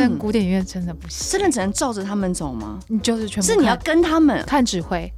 Speaker 4: 嗯，
Speaker 5: 古典乐真的不行，
Speaker 4: 真的只能照着他们走吗？
Speaker 5: 你就是全部
Speaker 4: 是你要
Speaker 5: 看
Speaker 4: 跟他们，
Speaker 5: 看指挥，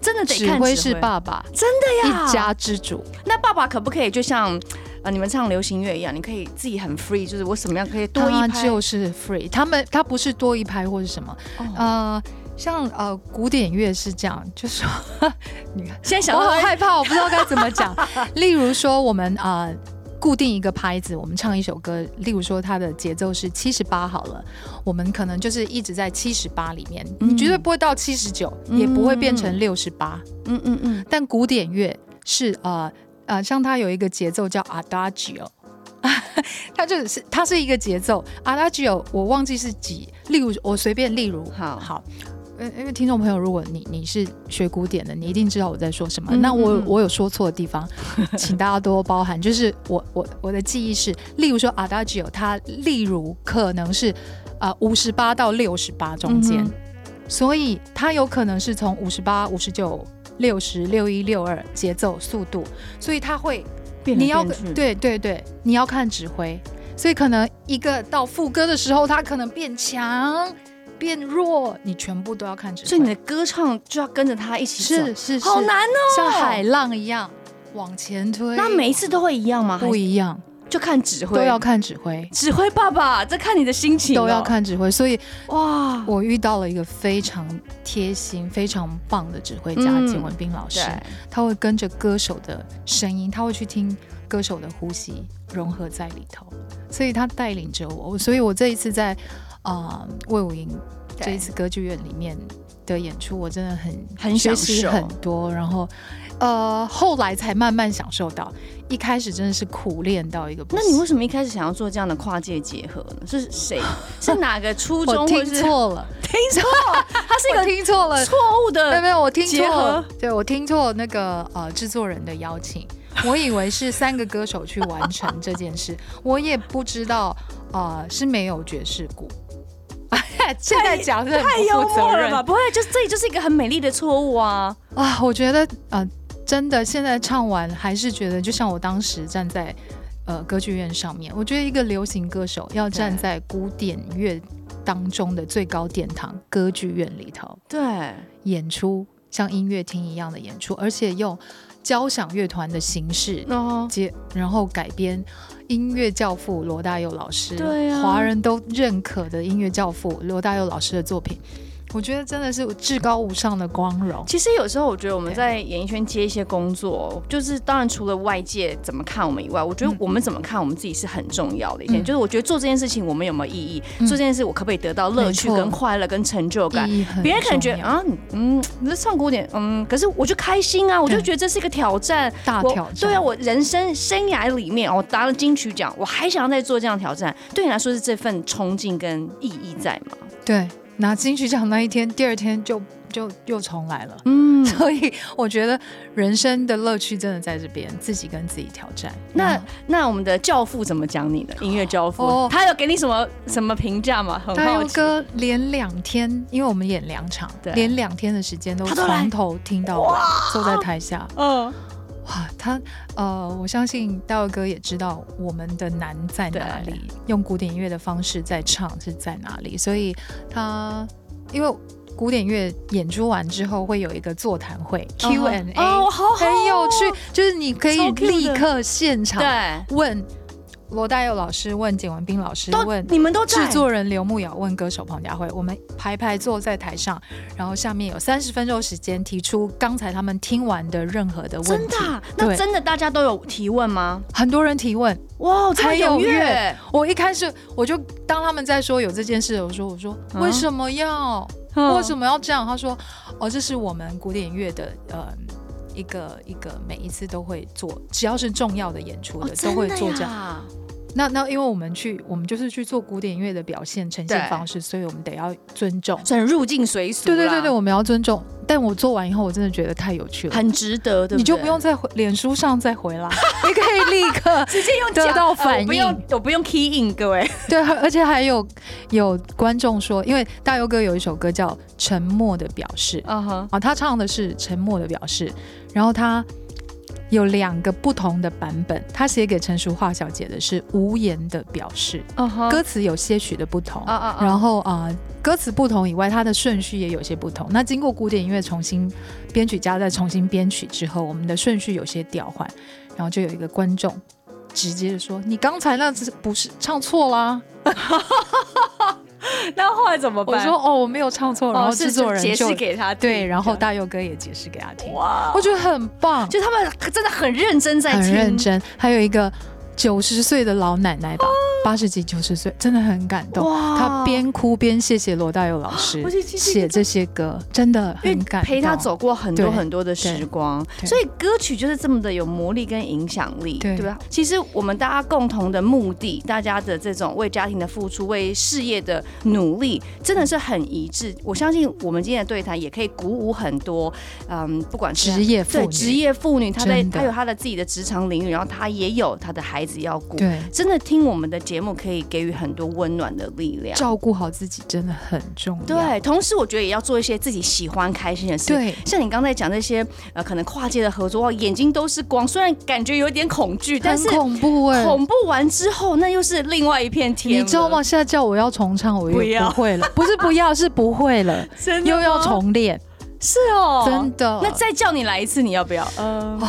Speaker 4: 真的得
Speaker 5: 指
Speaker 4: 看
Speaker 5: 挥是爸爸，
Speaker 4: 真的呀，
Speaker 5: 一家之主。
Speaker 4: 那爸爸可不可以就像呃你们唱流行乐一样，你可以自己很 free，就是我什么样可以多一
Speaker 5: 他
Speaker 4: 拍？
Speaker 5: 就是 free，他们他不是多一拍或是什么，
Speaker 4: 哦
Speaker 5: 呃，像呃古典乐是这样，就是说 你看，
Speaker 4: 现在想
Speaker 5: 我
Speaker 4: 到
Speaker 5: 好害怕，我不知道该怎么讲。例如说，我们呃固定一个拍子，我们唱一首歌，例如说它的节奏是七十八好了，我们可能就是一直在七十八里面，你绝对不会到七十九，也不会变成六十八。
Speaker 4: 嗯嗯嗯，
Speaker 5: 但古典乐是呃呃，像它有一个节奏叫 adagio，它就是它是一个节奏 adagio，我忘记是几，例如我随便例如
Speaker 4: 好
Speaker 5: 好。呃因为听众朋友，如果你你是学古典的，你一定知道我在说什么。
Speaker 4: 嗯
Speaker 5: 那我
Speaker 4: 嗯嗯
Speaker 5: 我有说错的地方，请大家多包涵。就是我我我的记忆是，例如说 adagio，它例如可能是呃五十八到六十八中间，
Speaker 4: 嗯
Speaker 5: 所以它有可能是从五十八、五十九、六十六一六二节奏速度，所以它会
Speaker 4: 变来
Speaker 5: 你要
Speaker 4: 变去，
Speaker 5: 对对对，你要看指挥，所以可能一个到副歌的时候，它可能变强变弱，你全部都要看指挥。
Speaker 4: 所以你的歌唱就要跟着他一起走，
Speaker 5: 是是是
Speaker 4: 好难哦，
Speaker 5: 像海。浪一样往前推，
Speaker 4: 那每一次都会一样吗？还
Speaker 5: 不
Speaker 4: 是
Speaker 5: 一样，
Speaker 4: 就看指挥，
Speaker 5: 都要看指挥，
Speaker 4: 指挥爸爸，这看你的心情哦、
Speaker 5: 都要看指挥，所以
Speaker 4: 啊哇，
Speaker 5: 我遇到了一个非常贴心、非常棒的指挥家
Speaker 4: 嗯
Speaker 5: 简文斌老师，
Speaker 4: 对
Speaker 5: 他会跟着歌手的声音，他会去听歌手的呼吸，融合在里头，所以他带领着我。所以我这一次在啊、呃、魏武营
Speaker 4: 对
Speaker 5: 这一次歌剧院里面的演出，我真的很
Speaker 4: 很
Speaker 5: 学
Speaker 4: 享
Speaker 5: 习
Speaker 4: 受
Speaker 5: 很多，然后呃后来才慢慢享受到，一开始真的是苦练到一个不
Speaker 4: 那
Speaker 5: 行。
Speaker 4: 你为什么一开始想要做这样的跨界结合呢？是 谁？是哪个初
Speaker 5: 我
Speaker 4: 衷？
Speaker 5: 听
Speaker 4: 或是
Speaker 5: 错了，
Speaker 4: 听错，它是一
Speaker 5: 我
Speaker 4: 个
Speaker 5: 听错了，
Speaker 4: 错误
Speaker 5: 没有没
Speaker 4: 的。
Speaker 5: 有，我听
Speaker 4: 结
Speaker 5: 错
Speaker 4: 合
Speaker 5: 了，对我听错那个呃制作人的邀请，我以为是三个歌手去完成这件事，我也不知道呃是没有爵士鼓。 现在讲是很
Speaker 4: 太幽
Speaker 5: 不负责
Speaker 4: 默了
Speaker 5: 任
Speaker 4: 吧？不会，就这里就是一个很美丽的错误啊！
Speaker 5: 啊！我觉得呃，真的现在唱完还是觉得，就像我当时站在呃歌剧院上面，我觉得一个流行歌手要站
Speaker 4: 对
Speaker 5: 在古典乐当中的最高殿堂歌剧院里头，
Speaker 4: 对，
Speaker 5: 演出，像音乐厅一样的演出，而且用交响乐团的形式
Speaker 4: 哦，
Speaker 5: 接，然后改编音乐教父罗大佑老师，
Speaker 4: 对啊
Speaker 5: 华人都认可的音乐教父罗大佑老师的作品，我觉得真的是至高无上的光荣。
Speaker 4: 其实有时候我觉得我们
Speaker 5: 对
Speaker 4: 在演艺圈接一些工作，就是当然除了外界怎么看我们以外，我觉得我们怎么看我们自己是很重要的一点。
Speaker 5: 嗯
Speaker 4: 就是我觉得做这件事情我们有没有意义，
Speaker 5: 嗯
Speaker 4: 做这件事我可不可以得到乐趣、
Speaker 5: 没错
Speaker 4: 跟快乐、跟成就感。
Speaker 5: 意义很
Speaker 4: 别人可能
Speaker 5: 重
Speaker 4: 觉得
Speaker 5: 要
Speaker 4: 啊，你嗯，你这唱古典，嗯，可是我就开心啊，我就觉得这是一个挑战，
Speaker 5: 大
Speaker 4: 我
Speaker 5: 挑战，
Speaker 4: 对啊，我人生生涯里面，哦我拿了金曲奖，我还想要再做这样的挑战，对你来说是这份冲劲跟意义在吗？
Speaker 5: 对拿金曲奖那一天，第二天就就又重来了。
Speaker 4: 嗯，
Speaker 5: 所以我觉得人生的乐趣真的在这边，自己跟自己挑战。
Speaker 4: 那那我们的教父怎么讲你的音乐教父？
Speaker 5: 嗯哦
Speaker 4: 他有给你什么什么评价吗？很
Speaker 5: 大
Speaker 4: 好
Speaker 5: 佑
Speaker 4: 奇。
Speaker 5: 哥连两天，因为我们演两场
Speaker 4: 对，
Speaker 5: 连两天的时间都
Speaker 4: 他都来
Speaker 5: 从头听到尾，坐在台下。
Speaker 4: 嗯，
Speaker 5: 哇，他呃，我相信大佑哥也知道我们的难在哪
Speaker 4: 对啊
Speaker 5: 里，用古典音乐的方式在唱是在哪里，所以他因为。古典乐演出完之后会有一个座谈会 Q&A，、
Speaker 4: 哦，好好，
Speaker 5: 很有趣，就是你可以
Speaker 4: 超 cute 的
Speaker 5: 立刻现场
Speaker 4: 对，
Speaker 5: 问罗大佑老师，问简文彬老师，
Speaker 4: 都
Speaker 5: 问
Speaker 4: 你们都
Speaker 5: 制
Speaker 4: 在
Speaker 5: 作人刘牧瑶问歌手彭佳慧，我们排排坐在台上，然后下面有三十分钟时间提出刚才他们听完的任何的问
Speaker 4: 真
Speaker 5: 题
Speaker 4: 的。啊、那
Speaker 5: 对
Speaker 4: 真的大家都有提问吗？
Speaker 5: 很多人提问，
Speaker 4: 哇，这么
Speaker 5: 才
Speaker 4: 踊
Speaker 5: 踊跃
Speaker 4: 跃，
Speaker 5: 我一开始我就当他们在说有这件事，我说我说
Speaker 4: 嗯
Speaker 5: 为什么要、为什
Speaker 4: 么？
Speaker 5: 么要这样？他说哦，这是我们古典乐的呃。一个一个每一次都会做，只要是重要的演出
Speaker 4: 哦
Speaker 5: 的、都会
Speaker 4: 真的
Speaker 5: 做这样。
Speaker 4: 呀
Speaker 5: 那那因为我们去，我们就是去做古典乐的表现呈
Speaker 4: 对
Speaker 5: 现方式，所以我们得要尊重。
Speaker 4: 很入境随俗啦，
Speaker 5: 对对对对，我们要尊重。但我做完以后，我真的觉得太有趣了，
Speaker 4: 很值得，对对
Speaker 5: 你就不用再回脸书上再回来，你可以立刻
Speaker 4: 直接用
Speaker 5: 得
Speaker 4: 讲
Speaker 5: 到
Speaker 4: 呃
Speaker 5: 反
Speaker 4: 我不
Speaker 5: 应
Speaker 4: 用我不用 key in 各位，
Speaker 5: 对，而且还有有观众说，因为大佑哥有一首歌叫《沉默的表示》
Speaker 4: 嗯 哼，
Speaker 5: 啊，他唱的是《沉默的表示》，然后他有两个不同的版本，他写给陈淑桦小姐的是《无言的表示》，
Speaker 4: 嗯哼，
Speaker 5: 歌词有些许的不同
Speaker 4: 啊啊啊
Speaker 5: 然后啊、呃歌词不同以外，它的顺序也有些不同。那经过古典音乐重新编曲家再重新编曲之后，我们的顺序有些调换，然后就有一个观众直接就说：“你刚才那只不是唱错啦
Speaker 4: 那后来怎么？”
Speaker 5: 我
Speaker 4: 办？
Speaker 5: 说：“哦，我没有唱错。”然后
Speaker 4: 哦是
Speaker 5: 制作人
Speaker 4: 解
Speaker 5: 就
Speaker 4: 释给他听
Speaker 5: 对，然后大佑哥也解释给他听，
Speaker 4: 哇，哦
Speaker 5: 我觉得很棒，
Speaker 4: 就他们真的很认真在
Speaker 5: 很
Speaker 4: 听，
Speaker 5: 认真。还有一个九十岁的老奶奶吧，八十几、九十岁，真的很感动。
Speaker 4: 哦哇
Speaker 5: 他边哭边谢谢罗大佑老师
Speaker 4: 我觉得其实一个
Speaker 5: 写这些歌，真的
Speaker 4: 因为
Speaker 5: 很感动。
Speaker 4: 陪他走过很多
Speaker 5: 对
Speaker 4: 很多的时光，
Speaker 5: 对
Speaker 4: 所以歌曲就是这么的有魔力跟影响力，
Speaker 5: 对
Speaker 4: 对吧？其实我们大家共同的目的，大家的这种为家庭的付出、为事业的努力，真的是很一致。我相信我们今天的对谈也可以鼓舞很多，嗯，不管是
Speaker 5: 职业妇
Speaker 4: 对
Speaker 5: 女，
Speaker 4: 职业妇女，她在
Speaker 5: 真的
Speaker 4: 她有她的自己的职场领域，然后她也有她的孩子要顾。
Speaker 5: 对
Speaker 4: 真的听我们的节目可以给予很多温暖的力量。
Speaker 5: 照顾好自己真的很重要。
Speaker 4: 对，同时我觉得也要做一些自己喜欢、开心的事。
Speaker 5: 对
Speaker 4: 像你刚才讲这些，呃，可能跨界的合作，哇，眼睛都是光，虽然感觉有点恐惧，但
Speaker 5: 很
Speaker 4: 是
Speaker 5: 恐怖哎、
Speaker 4: 恐怖完之后，那又是另外一片天，
Speaker 5: 你知道吗？？现在叫我要重唱，我
Speaker 4: 不
Speaker 5: 又
Speaker 4: 要
Speaker 5: 不会了，不是不要，是不会了，
Speaker 4: 真的
Speaker 5: 又要
Speaker 4: 吗
Speaker 5: 重练，
Speaker 4: 是哦，
Speaker 5: 真。的。
Speaker 4: 那再叫你来一次，你要不要？嗯、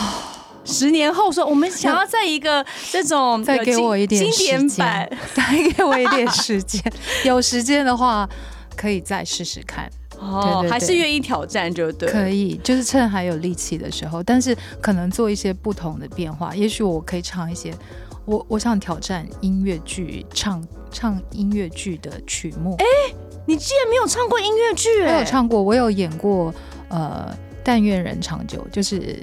Speaker 4: 十年后说，我们想要在一个这种
Speaker 5: 再
Speaker 4: 有
Speaker 5: 给
Speaker 4: 经
Speaker 5: 我一点
Speaker 4: 经
Speaker 5: 时
Speaker 4: 典
Speaker 5: 间
Speaker 4: 版，
Speaker 5: 再给我一点时间，有时间的话可以再试试看。
Speaker 4: 哦，
Speaker 5: 对对对
Speaker 4: 还是愿意挑战就对。
Speaker 5: 可以，就是趁还有力气的时候，但是可能做一些不同的变化。也许我可以唱一些，我我想挑战音乐剧，唱唱音乐剧的曲目。哎、
Speaker 4: 你竟然没有唱过音乐剧、
Speaker 5: 我
Speaker 4: 哎
Speaker 5: 有唱过，我有演过，呃，但愿人长久，就是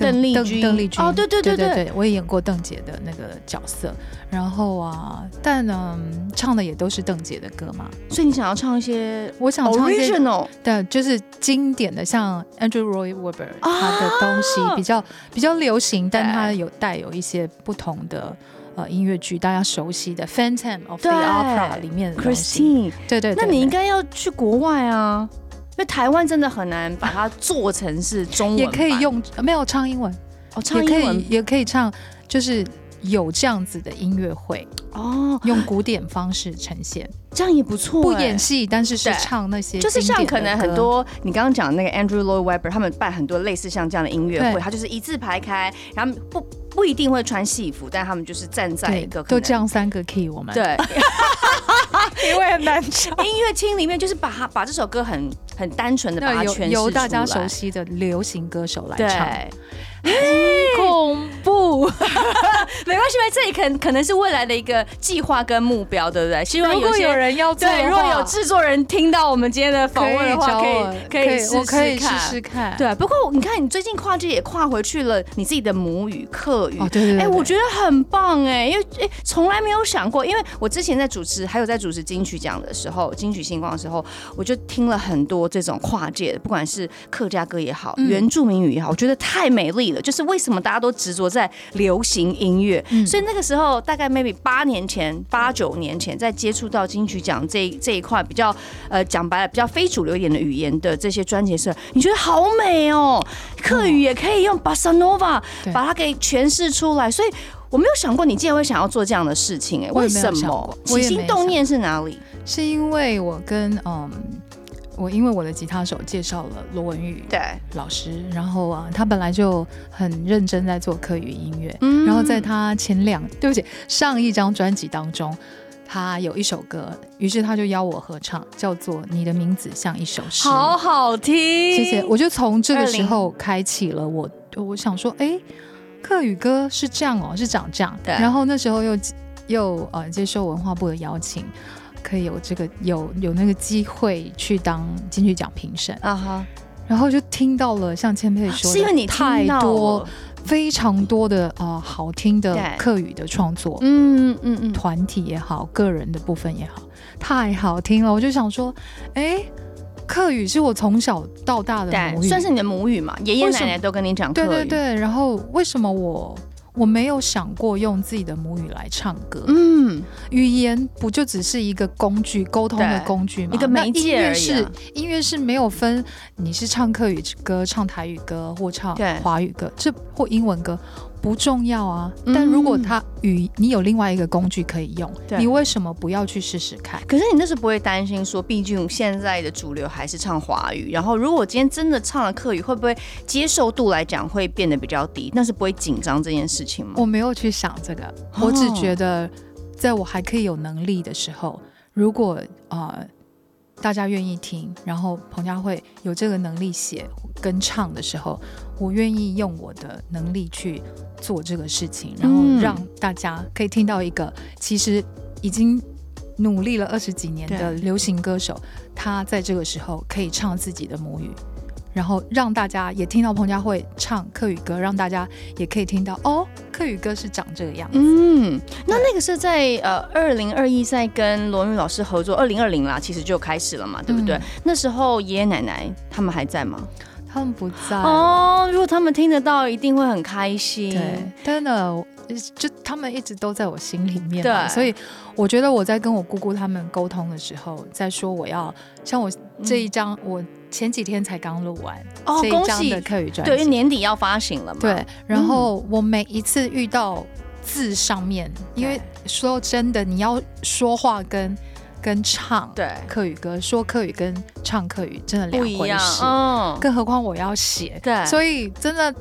Speaker 4: 邓丽君
Speaker 5: 邓丽君
Speaker 4: 哦对对对
Speaker 5: 对
Speaker 4: 对
Speaker 5: 我也演过邓姐的那个角色。然后啊，但嗯，唱的也都是邓姐的歌嘛。
Speaker 4: 所以你想要唱一些
Speaker 5: 我想唱一些
Speaker 4: 哦 original
Speaker 5: 对，就是经典的，像 Andrew Roy Webber
Speaker 4: 啊
Speaker 5: 他的东西比较比较流行，但
Speaker 4: 对
Speaker 5: 他有带有一些不同的呃音乐剧，大家熟悉的《Phantom of
Speaker 4: 对
Speaker 5: the Opera》里面的东西。
Speaker 4: Christine，
Speaker 5: 对对对，
Speaker 4: 那你应
Speaker 5: 该
Speaker 4: 该要去国外啊，因为台湾真的很难把它做成是中文
Speaker 5: 也
Speaker 4: 版
Speaker 5: 可以用没有唱英文，
Speaker 4: 哦，唱
Speaker 5: 也可
Speaker 4: 英
Speaker 5: 以
Speaker 4: 文
Speaker 5: 也可以唱，就是有这样子的音乐会，
Speaker 4: 哦，
Speaker 5: 用古典方式呈现，
Speaker 4: 这样也不错、
Speaker 5: 不
Speaker 4: 哎
Speaker 5: 演戏，但是是
Speaker 4: 对
Speaker 5: 唱那些
Speaker 4: 就是像
Speaker 5: 经典的
Speaker 4: 可能很
Speaker 5: 歌
Speaker 4: 多你刚刚讲的那个 Andrew Lloyd Webber，他们办很多类似像这样的音乐会，
Speaker 5: 对
Speaker 4: 他就是一字排开，然后不不一定会穿戏服，但他们就是站在一
Speaker 5: 对
Speaker 4: 个可
Speaker 5: 都
Speaker 4: 能
Speaker 5: 这。样三个 key，我们
Speaker 4: 对，
Speaker 5: 因为很难唱。
Speaker 4: 音乐厅里面就是把它把这首歌很很单纯的把它
Speaker 5: 那由
Speaker 4: 诠释
Speaker 5: 由大家
Speaker 4: 出来
Speaker 5: 熟悉的流行歌手来
Speaker 4: 对，
Speaker 5: 唱，
Speaker 4: 恐怖， 没关系吧？这里可能可能是未来的一个计划跟目标，对不对？希望
Speaker 5: 如果
Speaker 4: 些
Speaker 5: 有人要做的话，
Speaker 4: 对，如果有制作人听到我们今天的访问的话，
Speaker 5: 找
Speaker 4: 可
Speaker 5: 我
Speaker 4: 以可以试
Speaker 5: 我可以
Speaker 4: 试看
Speaker 5: 试看。
Speaker 4: 对，不过你看，你最近跨界也跨回去了，你自己的母语客语。
Speaker 5: 哦，对对对，
Speaker 4: 哎、
Speaker 5: 对
Speaker 4: 我觉得很棒哎、因为哎，从、来没有想过，因为我之前在主持，还有在主持金曲奖的时候，金曲星光的时候，我就听了很多这种跨界的，不管是客家歌也好，
Speaker 5: 嗯
Speaker 4: 原住民语也好，我觉得太美丽了。就是为什么大家都执着在流行音乐，
Speaker 5: 嗯
Speaker 4: 所以那个时候大概 maybe 八年前、八九年前，在接触到金曲奖这一这一块比较呃讲白了比较非主流一点的语言的这些专辑的时候，你觉得好美哦，客语也可以用 bossa nova
Speaker 5: 对
Speaker 4: 把它给诠释出来，所以。我没有想过你竟然会想要做这样的事情、哎，
Speaker 5: 我
Speaker 4: 为
Speaker 5: 也没有
Speaker 4: 什
Speaker 5: 想
Speaker 4: 么
Speaker 5: 过？我
Speaker 4: 起
Speaker 5: 也没
Speaker 4: 心动念是哪里？
Speaker 5: 是因为我跟嗯，我因为我的吉他手介绍了罗文玉
Speaker 4: 对，
Speaker 5: 老师，然后啊，他本来就很认真在做客语音乐，
Speaker 4: 嗯
Speaker 5: 然后在他前两，对不起，上一张专辑当中，他有一首歌，于是他就邀我合唱，叫做《你的名字像一首诗》。
Speaker 4: 好好听，
Speaker 5: 谢
Speaker 4: 谢
Speaker 5: 谢。我就从这个时候开启了我，我想说，哎，客语歌是这样哦，是长这样。
Speaker 4: 对
Speaker 5: 然后那时候又又呃接受文化部的邀请，可以有这个有有那个机会去当金曲奖评审，
Speaker 4: 啊哈，
Speaker 5: 然后就听到了像千佩说的，
Speaker 4: 啊是因为你
Speaker 5: 太
Speaker 4: 听到
Speaker 5: 多
Speaker 4: 了，
Speaker 5: 非常多的呃好听的
Speaker 4: 对
Speaker 5: 客语的创作，
Speaker 4: 嗯嗯嗯，
Speaker 5: 团体也好，个人的部分也好，太好听了。我就想说，哎。客语是我从小到大的母
Speaker 4: 对，
Speaker 5: 语，
Speaker 4: 算是你的母语嘛，爷爷
Speaker 5: 为什
Speaker 4: 奶
Speaker 5: 么
Speaker 4: 奶都跟你讲客语，
Speaker 5: 对对对，然后为什么我我没有想过用自己的母语来唱歌？
Speaker 4: 嗯，
Speaker 5: 语言不就只是一个工具，沟通的
Speaker 4: 对
Speaker 5: 工具吗？
Speaker 4: 一个
Speaker 5: 那
Speaker 4: 媒介
Speaker 5: 音乐
Speaker 4: 而已
Speaker 5: 是
Speaker 4: 啊
Speaker 5: 音乐是没有分你是唱客语歌、唱台语歌或唱
Speaker 4: 对
Speaker 5: 华语歌，这或英文歌不重要啊。
Speaker 4: 嗯
Speaker 5: 但如果它语你有另外一个工具可以用，
Speaker 4: 对
Speaker 5: 你为什么不要去试试看？
Speaker 4: 可是你那时候不会担心说，毕竟现在的主流还是唱华语，然后如果我今天真的唱了客语，会不会接受度来讲会变得比较低？那是不会紧张这件事情吗？
Speaker 5: 我没有去想这个，
Speaker 4: 哦
Speaker 5: 我只觉得在我还可以有能力的时候，如果呃大家愿意听，然后彭佳慧有这个能力写跟唱的时候，我愿意用我的能力去做这个事情，然后
Speaker 4: 嗯
Speaker 5: 让大家可以听到一个其实已经。努力了二十几年的
Speaker 4: 对
Speaker 5: 流行歌手，他在这个时候可以唱自己的母语，然后让大家也听到彭佳慧唱客语歌，让大家也可以听到哦，客语歌是长这个样子。
Speaker 4: 嗯，那那个是在呃二零二一在跟罗云老师合作，二零二零啦，其实就开始了嘛，对不对？
Speaker 5: 嗯
Speaker 4: 那时候爷爷奶奶他们还在吗？
Speaker 5: 他们不在了，
Speaker 4: 哦，嗯如果他们听得到，一定会很开心。
Speaker 5: 对，真的，我就他们一直都在我心里面嘛，
Speaker 4: 对
Speaker 5: 所以我觉得我在跟我姑姑他们沟通的时候，在说我要像我这一张，我前几天才刚录完、
Speaker 4: 嗯哦，
Speaker 5: 这一
Speaker 4: 恭
Speaker 5: 张
Speaker 4: 喜
Speaker 5: 的，客语专
Speaker 4: 对，因为
Speaker 5: 辑，
Speaker 4: 年底要发行了嘛。嗯
Speaker 5: 对，然后我每一次遇到字上面，因为说真的，你要说话跟跟唱，
Speaker 4: 对，
Speaker 5: 客语歌，说客语跟唱客语真的两
Speaker 4: 不一
Speaker 5: 回
Speaker 4: 样，
Speaker 5: 事，
Speaker 4: 嗯，
Speaker 5: 更何况我要写，
Speaker 4: 对，
Speaker 5: 所以真的。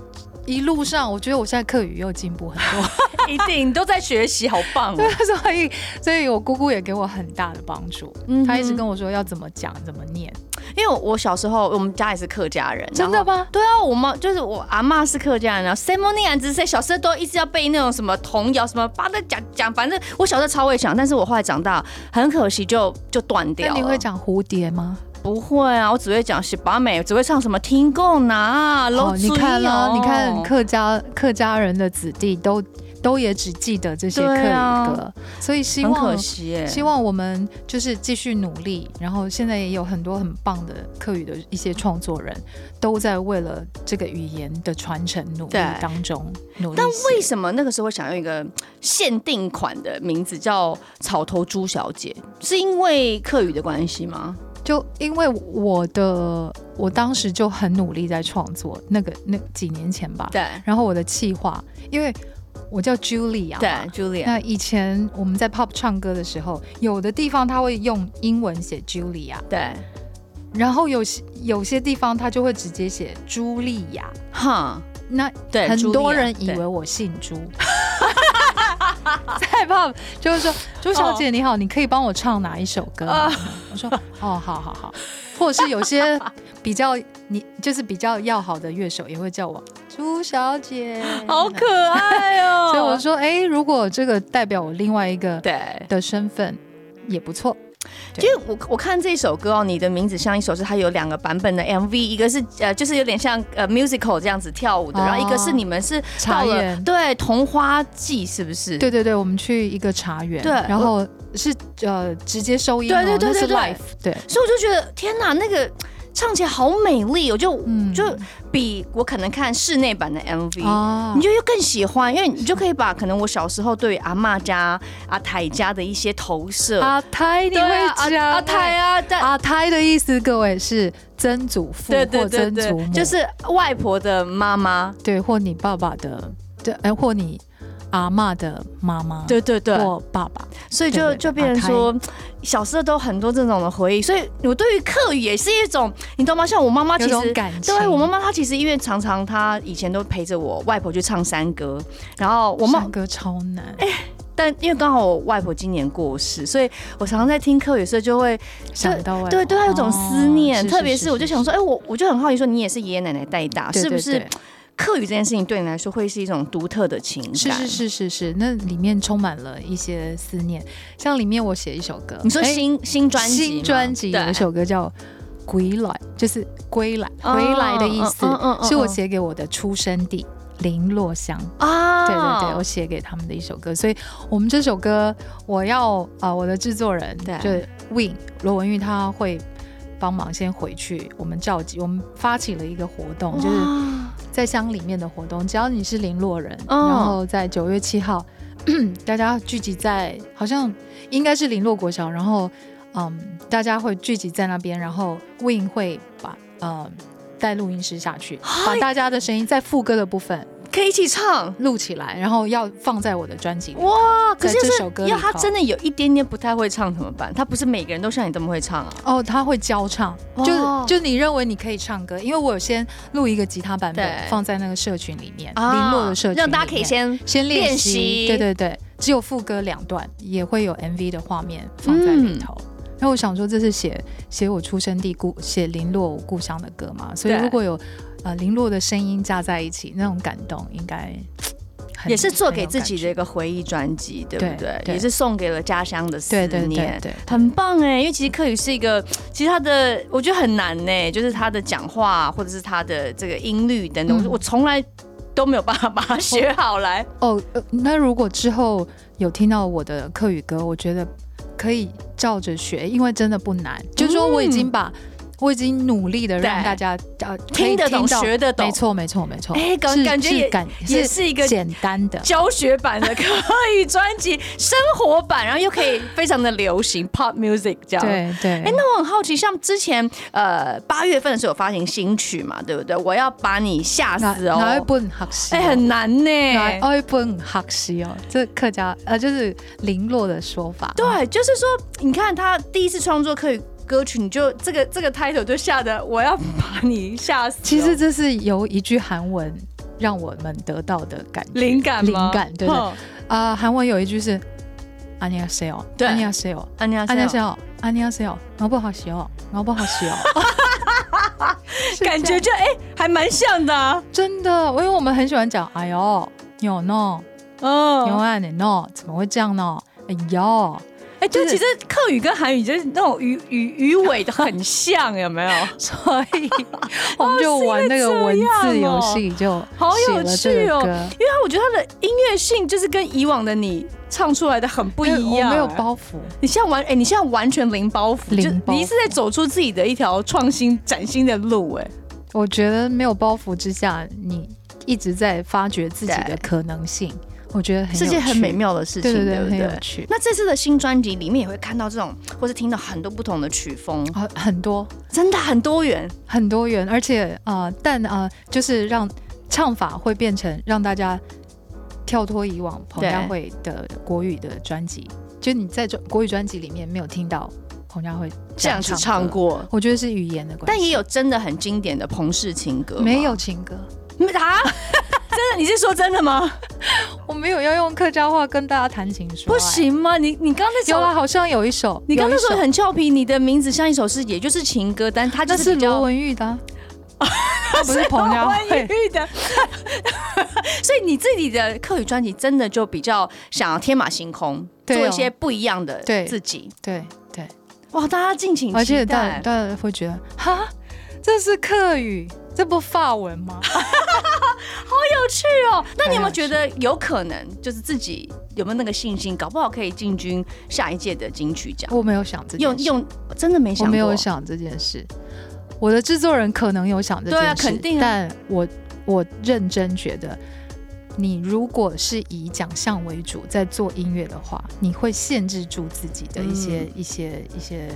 Speaker 5: 一路上，我觉得我现在客语又进步很 多，
Speaker 4: 一定你都在学习，好棒 哦！
Speaker 5: 所以，所以我姑姑也给我很大的帮助。
Speaker 4: 嗯哼
Speaker 5: 她一直跟我说要怎么讲、怎么念。
Speaker 4: 因为我小时候我们家也是客家人，
Speaker 5: 真的
Speaker 4: 然后？
Speaker 5: 吗？
Speaker 4: 对啊，我妈就是我阿妈是客家人，然后 s e m o n i a 只是小时候都一直要背那种什么童谣，什么巴的讲讲，反正我小时候超会讲，但是我后来长大，很可惜就就断掉
Speaker 5: 那
Speaker 4: 了。
Speaker 5: 你会讲蝴蝶吗？
Speaker 4: 不会啊，我只会讲西巴美，只会唱什么听够拿，楼
Speaker 5: 你看啦，
Speaker 4: 啊，
Speaker 5: 你看客家客家人的子弟都都也只记得这些客语
Speaker 4: 对
Speaker 5: 歌，
Speaker 4: 啊
Speaker 5: 所以希
Speaker 4: 很可
Speaker 5: 望
Speaker 4: 惜耶。
Speaker 5: 希望我们就是继续努力，然后现在也有很多很棒的课语的一些创作人，都在为了这个语言的传承努力
Speaker 4: 对
Speaker 5: 当中努力写。
Speaker 4: 但为什么那个时候会想用一个嗯限定款的名字叫“草头猪小姐”？是因为客语的关系吗？
Speaker 5: 就因为我的我当时就很努力在创作，那个那几年前吧，
Speaker 4: 对
Speaker 5: 然后我的气划，因为我叫 Julia 嘛
Speaker 4: 对，Julia，
Speaker 5: 那以前我们在 pop 唱歌的时候，有的地方他会用英文写 Julia，
Speaker 4: 对，
Speaker 5: 然后有些有些地方他就会直接写茱莉亚。
Speaker 4: 哈，
Speaker 5: 那
Speaker 4: 对，
Speaker 5: 很多
Speaker 4: Julia，
Speaker 5: 人以
Speaker 4: 对
Speaker 5: 为我姓朱，在 pop 就是
Speaker 4: 哦
Speaker 5: 说朱小姐你好，你可以帮我唱哪一首歌吗？我说哦，好好好，或者是有些比较你就是比较要好的乐手也会叫我朱小姐，
Speaker 4: 好可爱哦。
Speaker 5: 所以我说哎，如果这个代表我另外一个
Speaker 4: 对，
Speaker 5: 的身份也不错。
Speaker 4: 因为我我看这首歌哦，你的名字像一首是它有两个版本的 MV，一个是呃就是有点像呃 musical 这样子跳舞的，
Speaker 5: 哦
Speaker 4: 然后一个是你们是
Speaker 5: 茶
Speaker 4: 到了
Speaker 5: 园
Speaker 4: 对桐花季是不是？
Speaker 5: 对对对，我们去一个茶园，
Speaker 4: 对
Speaker 5: 然后是呃直接收音哦，
Speaker 4: 对对对
Speaker 5: 那是
Speaker 4: 对对
Speaker 5: live，对，
Speaker 4: 所以我就觉得天哪，那个唱起来好美丽哦，我就、
Speaker 5: 嗯
Speaker 4: 就比我可能看室内版的 MV。
Speaker 5: 哦
Speaker 4: 你就又更喜欢，因为你就可以把可能我小时候对于阿嬷家、阿台家的一些投射，
Speaker 5: 阿胎你
Speaker 4: 对啊
Speaker 5: 会讲哎
Speaker 4: 阿阿台啊，但、
Speaker 5: 阿胎的意思，各位是曾祖父
Speaker 4: 对对
Speaker 5: 或
Speaker 4: 对
Speaker 5: 曾祖
Speaker 4: 对，
Speaker 5: 母，啊
Speaker 4: 就是外婆的妈妈，
Speaker 5: 对或你爸爸的，对，哎或你阿嬷的妈妈，
Speaker 4: 对对对，
Speaker 5: 或爸爸，
Speaker 4: 所以
Speaker 5: 对
Speaker 4: 就
Speaker 5: 对
Speaker 4: 就变成说，小时候都很多这种的回忆，所以我对于课语也是一种，你懂吗？像我妈妈
Speaker 5: 有
Speaker 4: 其
Speaker 5: 种
Speaker 4: 实。
Speaker 5: 感情。
Speaker 4: 对我妈妈，她其实因为常常她以前都陪着我外婆去唱山歌，然后我妈哎
Speaker 5: 唱歌超难，
Speaker 4: 但因为刚好我外婆今年过世，所以我常常在听课语时候就会
Speaker 5: 想到外婆
Speaker 4: 对对她有种思念，特别是我就想，说，
Speaker 5: 哦
Speaker 4: 哎、我我就很好奇说你也是爷爷奶奶带大，
Speaker 5: 对
Speaker 4: 是不
Speaker 5: 对
Speaker 4: 是
Speaker 5: 对
Speaker 4: 课语这件事情对你来说会是一种独特的情感？
Speaker 5: 是是，是是是，那里面充满了一些思念。像里面我写一首歌，
Speaker 4: 你说
Speaker 5: 哎
Speaker 4: 新、新专辑吗
Speaker 5: 新专辑有
Speaker 4: 对
Speaker 5: 一首歌叫《归来》，就是归来
Speaker 4: 哦
Speaker 5: 回来的意思
Speaker 4: 嗯嗯嗯嗯，
Speaker 5: 是我写给我的出生地林洛乡。
Speaker 4: 啊，
Speaker 5: 对对对，我写给他们的一首歌，所以我们这首歌我要啊、呃我的制作人
Speaker 4: 对
Speaker 5: 就是 Win 罗文玉，他会帮忙先回去，我们召集，我们发起了一个活动，就是
Speaker 4: 哇
Speaker 5: 在乡里面的活动，只要你是林洛人，
Speaker 4: 哦
Speaker 5: 然后在九月七号， 大家聚集在好像应该是林洛国小，然后嗯，大家会聚集在那边，然后 Win 会把嗯带录音师下去，
Speaker 4: 啊
Speaker 5: 把大家的声音在副歌的部分
Speaker 4: 可以一起唱
Speaker 5: 录起来，然后要放在我的专辑里。
Speaker 4: 哇！可
Speaker 5: 在
Speaker 4: 是要
Speaker 5: 这
Speaker 4: 是
Speaker 5: 首歌里
Speaker 4: 要他
Speaker 5: 头
Speaker 4: 真的有一点点不太会唱怎么办？他不是每个人都像你这么会唱啊。
Speaker 5: 哦，他会教唱，
Speaker 4: 哇
Speaker 5: 就就你认为你可以唱歌，因为我有先录一个吉他版本
Speaker 4: 对
Speaker 5: 放在那个社群里面，
Speaker 4: 啊
Speaker 5: 林洛的社群里面，
Speaker 4: 让大家可以先
Speaker 5: 先练
Speaker 4: 练
Speaker 5: 习，
Speaker 4: 习
Speaker 5: 对对对，只有副歌两段，也会有 MV 的画面放在
Speaker 4: 嗯
Speaker 5: 里头。那我想说，这是写写我出生地故，写林落我故乡的歌嘛，所以
Speaker 4: 对
Speaker 5: 如果有呃林落的声音加在一起，那种感动应该很
Speaker 4: 也是做给自己的
Speaker 5: 很有
Speaker 4: 一个回忆专辑，对不对
Speaker 5: 对？对
Speaker 4: 也是送给了家乡的思
Speaker 5: 对
Speaker 4: 念，
Speaker 5: 对对对
Speaker 4: 很棒哎。因为其实客语是一个，其实他的我觉得很难呢，就是他的讲话或者是他的这个音律等等，
Speaker 5: 嗯
Speaker 4: 我从来都没有办法把它学好来。
Speaker 5: 哦、呃那如果之后有听到我的课语歌，我觉得可以照着学，因为真的不难。就是说，我已经把、我已经努力的让
Speaker 4: 嗯对
Speaker 5: 大家呃可
Speaker 4: 听
Speaker 5: 以
Speaker 4: 得懂
Speaker 5: 到
Speaker 4: 学得懂
Speaker 5: 没错没错没错。
Speaker 4: 哎感
Speaker 5: 是
Speaker 4: 感觉
Speaker 5: 是
Speaker 4: 也
Speaker 5: 感
Speaker 4: 也是一个
Speaker 5: 简单的。
Speaker 4: 教学版的客语专辑，生活版，然后又可以非常的流行 pop music 这样。
Speaker 5: 对对，
Speaker 4: 哎，那我很好奇，像之前呃八月份的时候有发行新曲嘛，对不对？我要把你吓
Speaker 5: 哪
Speaker 4: 死哦！
Speaker 5: 哪一本学习、
Speaker 4: 哎、很难欸呢、
Speaker 5: 哪哦哪一本学习哦？这客家呃就是零落的说法。
Speaker 4: 对，就是说，你看他第一次创作客语歌曲，你就这个这个 title 就吓得我要把你吓死哦、
Speaker 5: 其实这是由一句韩文让我们得到的感觉
Speaker 4: 灵感吗哦
Speaker 5: 灵感对对
Speaker 4: 哼
Speaker 5: 啊、韩文有一句是 안녕하세요，
Speaker 4: 对
Speaker 5: 안녕하세요，
Speaker 4: 安妮亚
Speaker 5: 안녕하세요안녕하세요，我不好学哦，我不好学哦，是
Speaker 4: 感觉
Speaker 5: 这样
Speaker 4: 就哎、还蛮像的、啊，
Speaker 5: 真的，因为我们很喜欢讲，哎呦，有呢，有
Speaker 4: 嗯，
Speaker 5: 啊，你呢，怎么会这样呢？哎 呦，
Speaker 4: 哎、就
Speaker 5: 就
Speaker 4: 其
Speaker 5: 是
Speaker 4: 实客语跟韩语就是那种语语语尾的很像，有没有？
Speaker 5: 所以我们就玩那个文字游戏，就
Speaker 4: 哦好有
Speaker 5: 写
Speaker 4: 趣
Speaker 5: 了这
Speaker 4: 哦
Speaker 5: 个歌
Speaker 4: 因为我觉得它的音乐性就是跟以往的你唱出来的很不一
Speaker 5: 因为
Speaker 4: 样，
Speaker 5: 我没有
Speaker 4: 哎。
Speaker 5: 包袱，
Speaker 4: 你现在完哎、你现在完全零包袱，
Speaker 5: 零
Speaker 4: 就
Speaker 5: 包
Speaker 4: 你一直在走出自己的一条创新崭新的路、哎，
Speaker 5: 我觉得没有包袱之下，你一直在发掘自己的可能性，我觉得很有趣
Speaker 4: 是件很美，妙的事情，
Speaker 5: 对对对，
Speaker 4: 不
Speaker 5: 很
Speaker 4: 对
Speaker 5: 有？趣。
Speaker 4: 那这次的新专辑里面也会看到这种，或是听到很多不同的曲风，
Speaker 5: 啊，很多
Speaker 4: 真的很多元。
Speaker 5: 很多元，而且呃，但呃，就是让唱法会变成让大家跳脱以往彭佳
Speaker 4: 对
Speaker 5: 慧的国语的专辑，就你在专国语专辑里面没有听到彭佳慧
Speaker 4: 这样子
Speaker 5: 唱
Speaker 4: 唱
Speaker 5: 歌，
Speaker 4: 过，
Speaker 5: 我觉得是语言的关系，
Speaker 4: 但也有真的很经典的彭氏情歌，
Speaker 5: 没有情歌，
Speaker 4: 没啊？真的？你是说真的吗？
Speaker 5: 我没有要用客家话跟大家谈情说
Speaker 4: 不
Speaker 5: 爱，
Speaker 4: 行吗？你你刚才
Speaker 5: 有啊
Speaker 4: 说
Speaker 5: 啦，好像有一首，
Speaker 4: 你刚
Speaker 5: 有
Speaker 4: 才
Speaker 5: 一首
Speaker 4: 说很俏皮，你的名字像一首诗，也就是情歌，但它就
Speaker 5: 那是
Speaker 4: 比较
Speaker 5: 罗文玉 的、啊，他不是彭佳
Speaker 4: 文
Speaker 5: 慧，
Speaker 4: 玉 的。所以你自己的课语专辑真的就比较想要天马行空，
Speaker 5: 对哦
Speaker 4: 做一些不一样的
Speaker 5: 对
Speaker 4: 自己。
Speaker 5: 对对，
Speaker 4: 哇，大家敬请
Speaker 5: 而且
Speaker 4: 期
Speaker 5: 大家
Speaker 4: 待。
Speaker 5: 大家会觉得哈，这是客语，这不法文吗？
Speaker 4: 有趣哦！那你有没有
Speaker 5: 很有趣
Speaker 4: 觉得有可能，就是自己有没有那个信心，搞不好可以进军下一届的金曲奖？
Speaker 5: 我没有想这件
Speaker 4: 用
Speaker 5: 事，
Speaker 4: 用真的没想过，
Speaker 5: 我没有想这件事，我的制作人可能有想这件
Speaker 4: 对
Speaker 5: 事，
Speaker 4: 啊肯定啊
Speaker 5: 但我我认真觉得。你如果是以奖项为主在做音乐的话，你会限制住自己的一些、
Speaker 4: 嗯
Speaker 5: 一些一些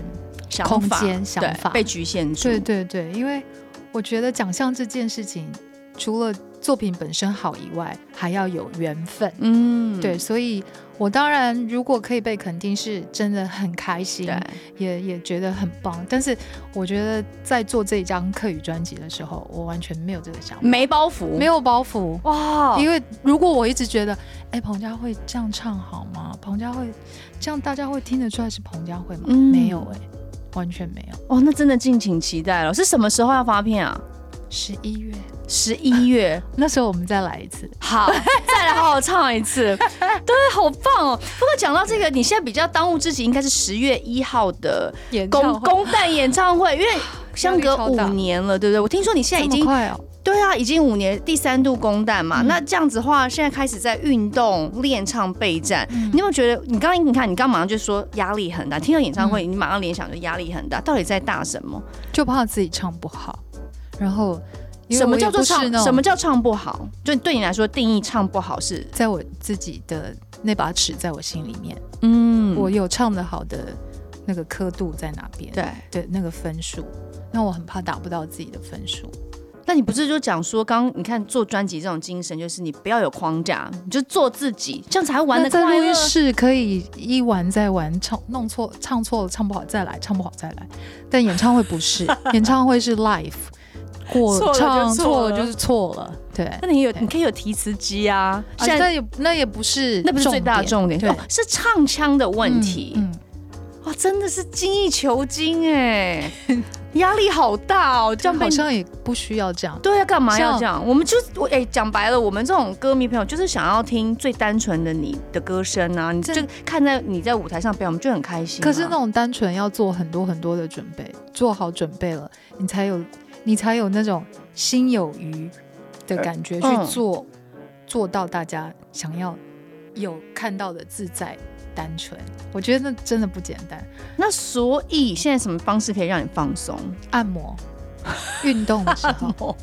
Speaker 4: 想
Speaker 5: 空
Speaker 4: 法
Speaker 5: 间想
Speaker 4: 对
Speaker 5: 法
Speaker 4: 被局限住，
Speaker 5: 对对对，因为我觉得奖项这件事情，除了作品本身好以外，还要有缘分。
Speaker 4: 嗯
Speaker 5: 对，所以我当然如果可以被肯定，是真的很开心，
Speaker 4: 对，
Speaker 5: 也也觉得很棒。但是我觉得在做这张客语专辑的时候，我完全没有这个想法，
Speaker 4: 没包袱，
Speaker 5: 没有包袱。
Speaker 4: 哇，
Speaker 5: 因为如果我一直觉得，哎、彭佳慧这样唱好吗？彭佳慧这样大家会听得出来是彭佳慧吗？
Speaker 4: 嗯
Speaker 5: 没有哎、完全没有。
Speaker 4: 哦，那真的敬请期待了。是什么时候要发片啊？
Speaker 5: 十一月
Speaker 4: 十一 月，
Speaker 5: 那时候我们再来一次，
Speaker 4: 好，再来好好唱一 次，对，好棒哦。不过讲到这个，你现在比较当务之急应该是十月一号的
Speaker 5: 演
Speaker 4: 公
Speaker 5: 公
Speaker 4: 公蛋演唱会，因为相隔
Speaker 5: 超
Speaker 4: 五
Speaker 5: 大
Speaker 4: 年了，对不对？我听说你现在已经
Speaker 5: 快哦，
Speaker 4: 对啊，已经五年第三度公蛋嘛，
Speaker 5: 嗯
Speaker 4: 那这样子的话，现在开始在运动、练唱、备战，
Speaker 5: 嗯
Speaker 4: 你有没有觉得？你刚刚你看，你刚马上就说压力很大，听到演唱会，你马上联想就压力很大，到底在大什么？
Speaker 5: 就怕自己唱不好，然后因为
Speaker 4: 什么
Speaker 5: 我也
Speaker 4: 叫做
Speaker 5: 不是
Speaker 4: 唱？
Speaker 5: 那种
Speaker 4: 什么叫唱不好？就对你来说，定义唱不好是
Speaker 5: 在我自己的那把尺在我心里面，
Speaker 4: 嗯，
Speaker 5: 我有唱的好的那个刻度在哪边，
Speaker 4: 对。
Speaker 5: 对那个分数，那我很怕达不到自己的分数，
Speaker 4: 那你不是就讲说，刚刚你看做专辑这种精神，就是你不要有框架，你就做自己，这样才会玩
Speaker 5: 那
Speaker 4: 的
Speaker 5: 在
Speaker 4: 快
Speaker 5: 录音
Speaker 4: 乐。
Speaker 5: 室可以一玩再玩，唱弄错唱错了唱不好再来，唱不好再来，但演唱会 不是，演唱会是 live。过
Speaker 4: 错了就
Speaker 5: 唱
Speaker 4: 错
Speaker 5: 错
Speaker 4: 了
Speaker 5: 了就是错了，对。
Speaker 4: 那你有，
Speaker 5: 对
Speaker 4: 你可以有提词机啊，
Speaker 5: 啊
Speaker 4: 现在、
Speaker 5: 那也那也不是
Speaker 4: 那不是最大的重点，
Speaker 5: 对，
Speaker 4: 哦是唱腔的问题。
Speaker 5: 嗯，嗯
Speaker 4: 哇，真的是精益求精哎，压力好大哦，这样被
Speaker 5: 好像也不需要这样。
Speaker 4: 对啊，干嘛要
Speaker 5: 像
Speaker 4: 这样？我们就我哎，讲、白了，我们这种歌迷朋友就是想要听最单纯的你的歌声啊，你就
Speaker 5: 真
Speaker 4: 看在你在舞台上表演，我们就很开心啊、
Speaker 5: 可是那种单纯要做很多很多的准备，做好准备了，你才有你才有那种心有余的感觉
Speaker 4: 嗯
Speaker 5: 去做，做到大家想要有看到的自在单纯。我觉得那真的不简单。
Speaker 4: 那所以现在什么方式可以让你放松？，
Speaker 5: 按摩、运动的时候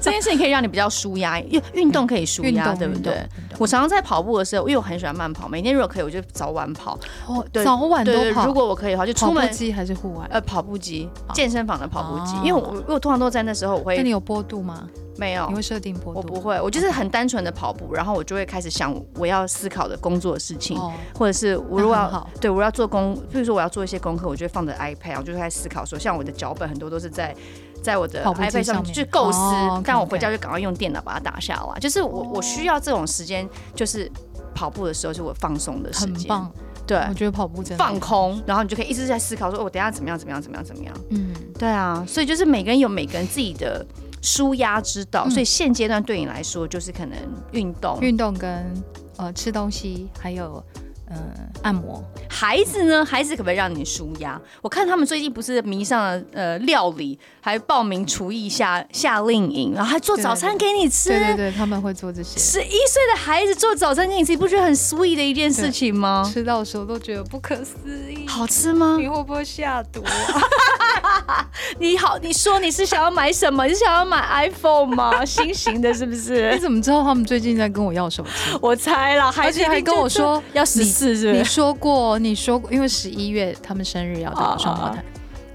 Speaker 4: 这件事情可以让你比较舒压，因为 运动可以舒
Speaker 5: 嗯运
Speaker 4: 压，
Speaker 5: 动
Speaker 4: 对不对？？
Speaker 5: 运动
Speaker 4: 我常常在跑步的时候，因为我很喜欢慢跑，每天如果可以，我就早晚跑。
Speaker 5: 哦
Speaker 4: 对
Speaker 5: 早晚都
Speaker 4: 对，
Speaker 5: 跑。
Speaker 4: 如果我可以的话，就出
Speaker 5: 跑步
Speaker 4: 门
Speaker 5: 机还是户外？
Speaker 4: 呃，跑步机，
Speaker 5: 啊
Speaker 4: 健身房的跑步机，
Speaker 5: 啊
Speaker 4: 因为我因为我通常都在那时候我
Speaker 5: 那
Speaker 4: 会
Speaker 5: 你有坡度吗？
Speaker 4: 没有
Speaker 5: 你，会设定坡度？
Speaker 4: 我不会，我就是很单纯的跑步，然后我就会开始想我要思考的工作的事情，
Speaker 5: 哦，
Speaker 4: 或者是我
Speaker 5: 那
Speaker 4: 如果
Speaker 5: 很
Speaker 4: 要
Speaker 5: 好
Speaker 4: 对我要做功，譬如说我要做一些功课，我就会放着 iPad，我就会开始思考说，像我的脚本很多都是在。在我的
Speaker 5: 跑步机
Speaker 4: iPad 上
Speaker 5: 上
Speaker 4: 面
Speaker 5: 面
Speaker 4: 去构思
Speaker 5: 哦，OK，OK
Speaker 4: 但我回家就赶快用电脑把它打下来。就是我、
Speaker 5: 哦
Speaker 4: 我需要这种时间，就是跑步的时候是我放松的时
Speaker 5: 很
Speaker 4: 间。
Speaker 5: 棒，
Speaker 4: 对，
Speaker 5: 我觉得跑步真的
Speaker 4: 放，空，然后你就可以一直在思考说，哦我等一下怎么样，怎么样，怎么样，怎么样。
Speaker 5: 嗯，
Speaker 4: 对啊，所以就是每个人有每个人自己的舒压之道，
Speaker 5: 嗯
Speaker 4: 所以现阶段对你来说就是可能运动。
Speaker 5: 运动跟呃吃东西，还有嗯、呃按摩，
Speaker 4: 孩子呢，孩子可不可以让你舒压？我看他们最近不是迷上了呃料理，还报名厨艺夏夏令营，然后还做
Speaker 5: 对
Speaker 4: 早餐给你吃。
Speaker 5: 对对对，他们会做这些，
Speaker 4: 十一岁的孩子做早餐给你吃，你不觉得很 sweet 的一件事情吗？
Speaker 5: 吃到手都觉得不可思议。
Speaker 4: 好吃吗
Speaker 5: 你？会不会下毒 啊？
Speaker 4: 你好，你说你是想要买什么？你是想要买 iPhone 吗？新型的，是不
Speaker 5: 你
Speaker 4: 是？
Speaker 5: 哎怎么知道他们最近在跟我要手机？
Speaker 4: 我猜了，孩
Speaker 5: 而
Speaker 4: 子一
Speaker 5: 且
Speaker 4: 定
Speaker 5: 还跟我
Speaker 4: 就是
Speaker 5: 说
Speaker 4: 要十四，是不
Speaker 5: 你
Speaker 4: 是？
Speaker 5: 说过，你说过，因为十一月他们生日要
Speaker 4: 啊
Speaker 5: 当双胞胎，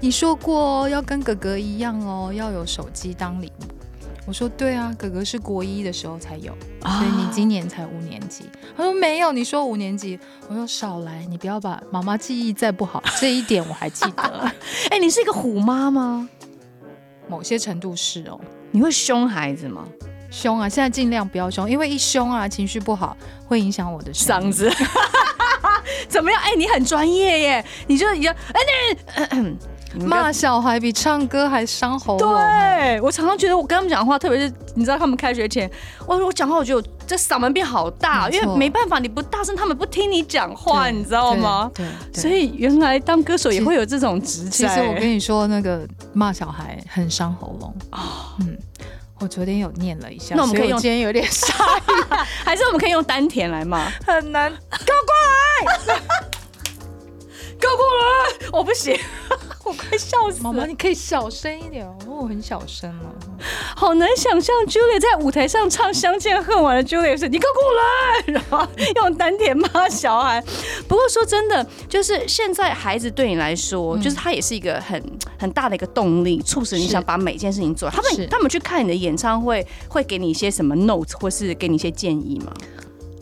Speaker 5: 你说过要跟哥哥一样哦，要有手机当礼物。我说对啊，哥哥是国一的时候才有，所以
Speaker 4: 啊
Speaker 5: 你今年才五年级。他说没有，你说五年级，我说少来，你不要把妈妈记忆再不好这一点我还记 得，
Speaker 4: 哎、你是一个虎妈吗？
Speaker 5: 某些程度是哦，
Speaker 4: 你会凶孩子吗？
Speaker 5: 凶啊，现在尽量不要凶，因为一凶啊，情绪不好会影响我的声
Speaker 4: 嗓
Speaker 5: 音
Speaker 4: 子 怎么样？哎、你很专业耶，你就你就哎、你你们
Speaker 5: 骂小孩比唱歌还伤喉咙欸、
Speaker 4: 对我常常觉得我跟他们讲话，特别是你知道他们开学前，我我讲话我觉得我这嗓门变好大，
Speaker 5: 没
Speaker 4: 因
Speaker 5: 错
Speaker 4: 为没办法，你不大声，他们不听你讲话，
Speaker 5: 对
Speaker 4: 你知道哦吗？？
Speaker 5: 对，对
Speaker 4: 所以原来当歌手也会有这种职
Speaker 5: 其
Speaker 4: 责。
Speaker 5: 实我跟你说，那个骂小孩很伤喉咙嗯，我昨天有念了一下，
Speaker 4: 哦那我们可以
Speaker 5: 所
Speaker 4: 用
Speaker 5: 今天有点傻，
Speaker 4: 还是我们可以用丹田来骂，
Speaker 5: 很难。
Speaker 4: 够过来，我不行， 我快笑死
Speaker 5: 妈
Speaker 4: 了
Speaker 5: 妈，。你可以小声一点哦，我很小声啊了。
Speaker 4: 好难想象 Julia 在舞台上唱《相见恨晚》的 Julia 是“你给我过来”，然后用丹田骂小孩。不过说真的，就是现在孩子对你来说，
Speaker 5: 嗯
Speaker 4: 就是他也是一个很很大的一个动力，促使你
Speaker 5: 是
Speaker 4: 想把每件事情做好。他
Speaker 5: 是
Speaker 4: 们他们去看你的演唱会，会给你一些什么 note，或是给你一些建议吗？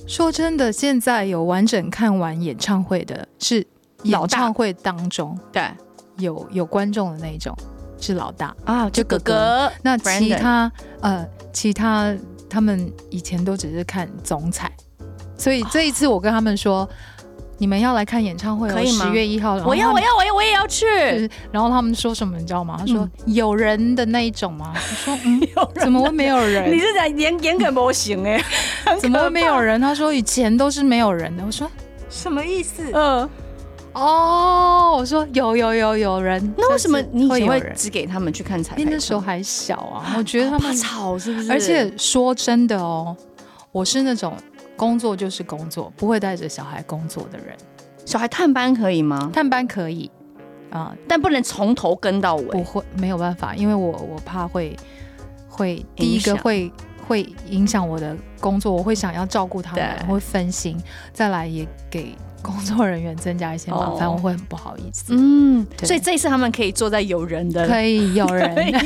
Speaker 5: 说真的，现在有完整看完演唱会的是老
Speaker 4: 老大
Speaker 5: 唱会当中
Speaker 4: 对
Speaker 5: 有有观众的那一种是老大，
Speaker 4: 啊，就
Speaker 5: 哥
Speaker 4: 哥
Speaker 5: 哥
Speaker 4: 哥，
Speaker 5: 那其
Speaker 4: Brandon
Speaker 5: 他呃，其他他们以前都只是看总彩，所以这一次我跟他们说，你们要来看演唱会、哦，
Speaker 4: 可以吗
Speaker 5: 十月一号，然后
Speaker 4: 我要
Speaker 5: 他
Speaker 4: 我
Speaker 5: 们
Speaker 4: 要我要我也要嗯去。
Speaker 5: 哦就是然后他们说什么你知道吗？他说、有人的那一种吗？我说 嗯，怎么会没有
Speaker 4: 你
Speaker 5: 人？
Speaker 4: 是在演演梗模型哎？很可
Speaker 5: 怎么会没有
Speaker 4: 怕？
Speaker 5: 人？他说以前都是没有人的。我说什么意思？
Speaker 4: 嗯，
Speaker 5: 哦，我说有有有有人。
Speaker 4: 那为什么
Speaker 5: 这次
Speaker 4: 你以前
Speaker 5: 有
Speaker 4: 会
Speaker 5: 人？
Speaker 4: 只给他们去看彩排
Speaker 5: 因
Speaker 4: 唱？
Speaker 5: 为那时候还小啊，我觉得他
Speaker 4: 怕
Speaker 5: 们
Speaker 4: 吵是不是？
Speaker 5: 而且说真的哦，我是那种工作就是工作，不会带着小孩工作的人。
Speaker 4: 小孩探班可以吗？
Speaker 5: 探班可以啊、
Speaker 4: 但不能从头跟到
Speaker 5: 不
Speaker 4: 尾。
Speaker 5: 会没有办法，因为我我怕会会
Speaker 4: 影响
Speaker 5: 第一个会会影响我的工作，我会想要照顾他们，
Speaker 4: 对
Speaker 5: 会分心，再来也给工作人员增加一些麻烦，
Speaker 4: 哦
Speaker 5: 我会很不好意思。
Speaker 4: 嗯，
Speaker 5: 对
Speaker 4: 所以这一次他们可以坐在有人的，
Speaker 5: 可以 有
Speaker 4: 可以
Speaker 5: 人，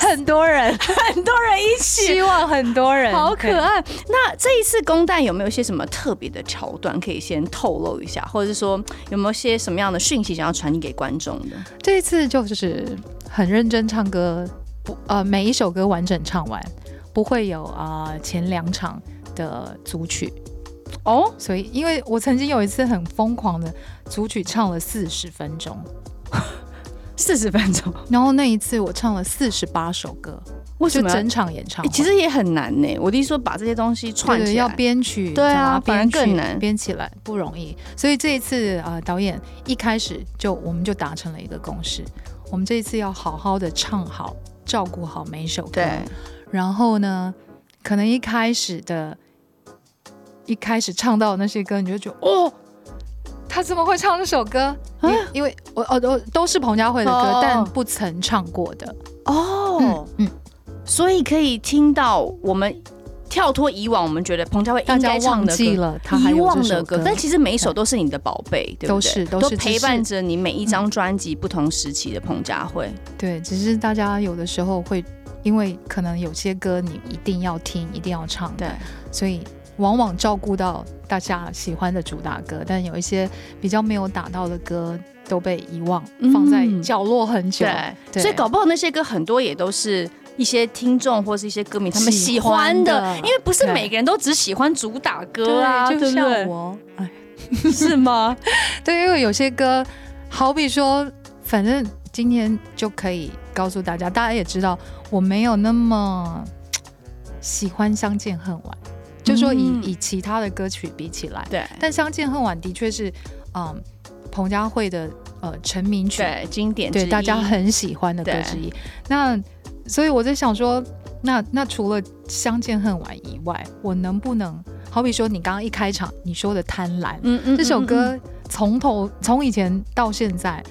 Speaker 5: 很多人，
Speaker 4: 很多人一起，
Speaker 5: 希望很多 人，
Speaker 4: 好
Speaker 5: 对
Speaker 4: 可爱。那这一次公蛋有没有一些什么特别的桥段可以先透露一下，或者是说有没有些什么样的讯息想要传递给观众的？
Speaker 5: 这一次就是很认真唱歌，不呃每一首歌完整唱完，不会有啊、呃前两场的组曲，
Speaker 4: 哦，
Speaker 5: 所以因为我曾经有一次很疯狂的组曲唱了四十分钟，
Speaker 4: 四十分钟，
Speaker 5: 然后那一次我唱了四十八首歌，
Speaker 4: 为
Speaker 5: 就
Speaker 4: 什么要？
Speaker 5: 整场演唱
Speaker 4: 欸
Speaker 5: 会。
Speaker 4: 其实也很难呢、我的意思说，把这些东西
Speaker 5: 对
Speaker 4: 串
Speaker 5: 对，
Speaker 4: 起
Speaker 5: 要
Speaker 4: 来，
Speaker 5: 编曲，
Speaker 4: 对啊
Speaker 5: 怎么编曲
Speaker 4: 反而更难
Speaker 5: 编起来不容易。所以这一次啊、呃导演一开始就我们就达成了一个共识，我们这一次要好好的唱好，照顾好每一首歌。
Speaker 4: 对，
Speaker 5: 然后呢，可能一开始的，一开始唱到的那些歌，你就觉得哦，他怎么会唱这首歌？因因为我哦都都是彭佳慧的歌，
Speaker 4: 啊哦
Speaker 5: 但不曾唱过的。
Speaker 4: 哦，
Speaker 5: 嗯，
Speaker 4: 所以可以听到我们跳脱以往，我们觉得彭佳慧
Speaker 5: 大
Speaker 4: 应
Speaker 5: 家
Speaker 4: 该唱
Speaker 5: 忘
Speaker 4: 的
Speaker 5: 记
Speaker 4: 歌。
Speaker 5: 了他还
Speaker 4: 遗
Speaker 5: 有
Speaker 4: 忘的
Speaker 5: 这首
Speaker 4: 歌
Speaker 5: 歌，，
Speaker 4: 但其实每一首都是你的宝贝，对不对？
Speaker 5: 都是都是
Speaker 4: 陪伴着你每一张专辑不同时期的彭佳慧。
Speaker 5: 对，只是大家有的时候会因为可能有些歌你一定要听，一定要唱，
Speaker 4: 对，
Speaker 5: 所以往往照顾到大家喜欢的主打歌，但有一些比较没有打到的歌都被遗忘，
Speaker 4: 嗯
Speaker 5: 放在角落很久。
Speaker 4: 对，
Speaker 5: 对
Speaker 4: 所以搞不好那些歌很多也都是。一些听众或是一些歌迷，他们喜
Speaker 5: 喜欢
Speaker 4: 欢的，
Speaker 5: 的
Speaker 4: 因为不是
Speaker 5: 对
Speaker 4: 每个人都只喜欢主打
Speaker 5: 对
Speaker 4: 歌啊，对
Speaker 5: 就
Speaker 4: 不对
Speaker 5: 像？我，哎，
Speaker 4: 是吗？
Speaker 5: 对，因为有些歌，好比说，反正今天就可以告诉大家，大家也知道，我没有那么喜欢《相见恨晚》，就说以、
Speaker 4: 嗯
Speaker 5: 以其他的歌曲比起来，
Speaker 4: 对
Speaker 5: 但《相见恨晚》的确是，嗯，彭佳慧的呃成名曲，
Speaker 4: 对，经典
Speaker 5: 对
Speaker 4: 之
Speaker 5: 大家
Speaker 4: 一
Speaker 5: 很喜欢的歌
Speaker 4: 对
Speaker 5: 之一。那所以我在想说，那那除了《相见恨晚》以外，我能不能好比说你刚刚一开场你说的《贪婪》
Speaker 4: 嗯嗯
Speaker 5: 这首
Speaker 4: 嗯嗯
Speaker 5: 歌，从头从以前到现在。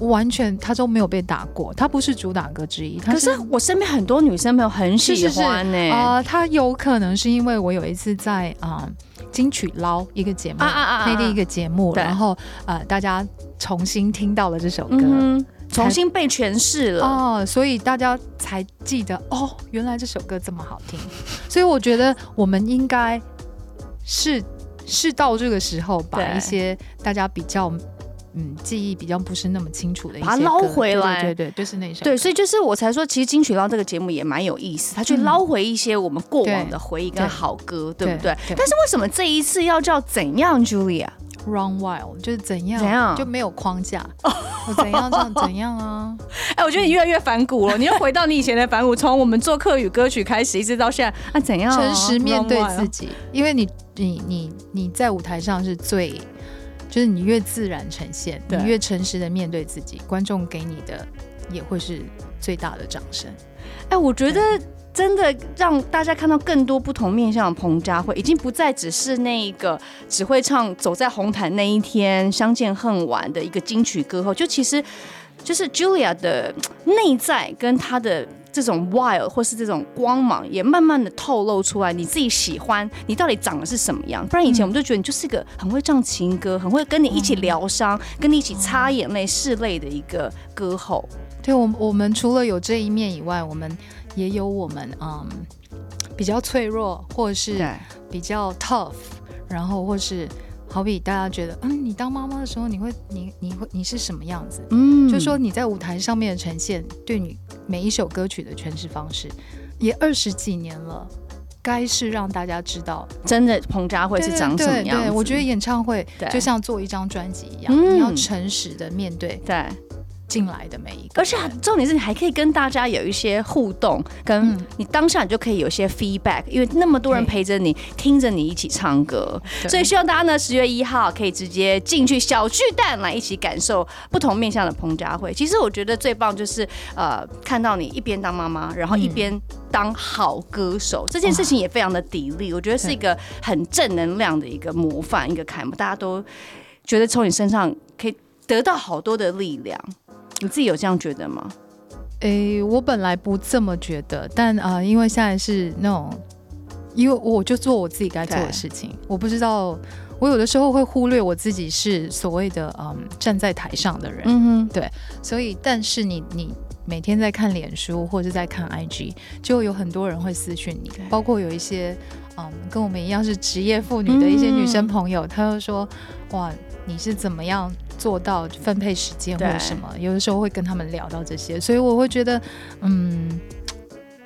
Speaker 5: 完全，它都没有被打过，它不是主打歌之一。它
Speaker 4: 可是我身边很多女生朋友很喜欢呢、
Speaker 5: 啊、它有可能是因为我有一次在啊、金曲捞一个节目，
Speaker 4: 啊啊啊啊
Speaker 5: 内地一个节目，
Speaker 4: 对
Speaker 5: 然后呃大家重新听到了这首歌，
Speaker 4: 嗯哼，重新被诠释了。
Speaker 5: 哦，所以大家才记得哦，原来这首歌这么好听。 所以我觉得我们应该是是到这个时候，把
Speaker 4: 对
Speaker 5: 一些大家比较嗯记忆比较不是那么清楚的一些
Speaker 4: 把它捞
Speaker 5: 歌
Speaker 4: 回来
Speaker 5: 对对对，就是那首
Speaker 4: 对，所以就是我才说，其实金曲捞这个节目也蛮有意思，它去
Speaker 5: 嗯
Speaker 4: 捞回一些我们过往
Speaker 5: 对
Speaker 4: 的回忆跟
Speaker 5: 对
Speaker 4: 好歌，对不对？
Speaker 5: 对对
Speaker 4: 但是为什么这一次要叫怎样 Julia？
Speaker 5: Run Wild 就是怎样
Speaker 4: 怎样
Speaker 5: 就没有框 架，我怎样这样怎样啊？
Speaker 4: 哎、我觉得你越来越反骨 了，你又回到你以前的反骨，从我们做客语歌曲开始，一直到现在啊，怎样啊、
Speaker 5: 诚实面对自
Speaker 4: 己，
Speaker 5: 己，因为你你你你在舞台上是最，就是你越自然呈现，
Speaker 4: 对
Speaker 5: 你越诚实的面对自己，观众给你的也会是最大的掌声。
Speaker 4: 哎、我觉得真的让大家看到更多不同面向的彭佳慧，已经不再只是那一个只会唱《走在红毯那一天》《相见恨晚》的一个金曲歌后，就其实就是 Julia 的嗯内在跟她的。这种 wild 或是这种光芒，也慢慢的透露出来，你自己喜欢，你到底长得是什么样？不然以前我们就觉得你就是一个很会唱情歌，很会跟你一起疗伤，跟你一起擦眼泪拭泪的一个歌后。
Speaker 5: 对我们我们除了有这一面以外，我们也有我们嗯比较脆弱，或是比较 tough，然后或是好比大家觉得嗯，你当妈妈的时候，你会你你会你是什么样子？
Speaker 4: 嗯
Speaker 5: 就说你在舞台上面的呈现，对你每一首歌曲的诠释方式，也二十几年了，该是让大家知道
Speaker 4: 真的彭佳慧是长什么
Speaker 5: 对
Speaker 4: 样
Speaker 5: 对
Speaker 4: 子
Speaker 5: 对，我觉得演唱会
Speaker 4: 对
Speaker 5: 就像做一张专辑一样，
Speaker 4: 嗯
Speaker 5: 你要诚实的面对
Speaker 4: 对，
Speaker 5: 进来的每一个
Speaker 4: 而
Speaker 5: 人，
Speaker 4: 且重点是你还可以跟大家有一些互动，跟
Speaker 5: 嗯
Speaker 4: 你当下你就可以有一些 feedback，因为那么多人
Speaker 5: 对
Speaker 4: 陪着你，听着你一起唱歌，
Speaker 5: 对
Speaker 4: 所以希望大家呢十月一号可以直接进去小巨蛋来一起感受不同面向的彭佳慧。其实我觉得最棒就是呃看到你一边当妈妈，然后一边当好歌手，这件事情也非常的砥砺，我觉得是一个很正能量的一个模范，一个楷模，大家都觉得从你身上可以得到好多的力量。嗯你自己有这样觉得吗？
Speaker 5: 诶，我本来不这么觉得，但啊、呃因为现在是那种，因为我就做我自己该做
Speaker 4: 对
Speaker 5: 的事情，我不知道，我有的时候会忽略我自己是所谓的嗯站在台上的人，
Speaker 4: 嗯哼，
Speaker 5: 所以，但是你你每天在看脸书或者在看 IG，就有很多人会私讯你
Speaker 4: 对，
Speaker 5: 包括有一些嗯跟我们一样是职业妇女的一些女生朋友，她就说哇你是怎么样做到分配时间或
Speaker 4: 对
Speaker 5: 者什么？有的时候会跟他们聊到这些，所以我会觉得嗯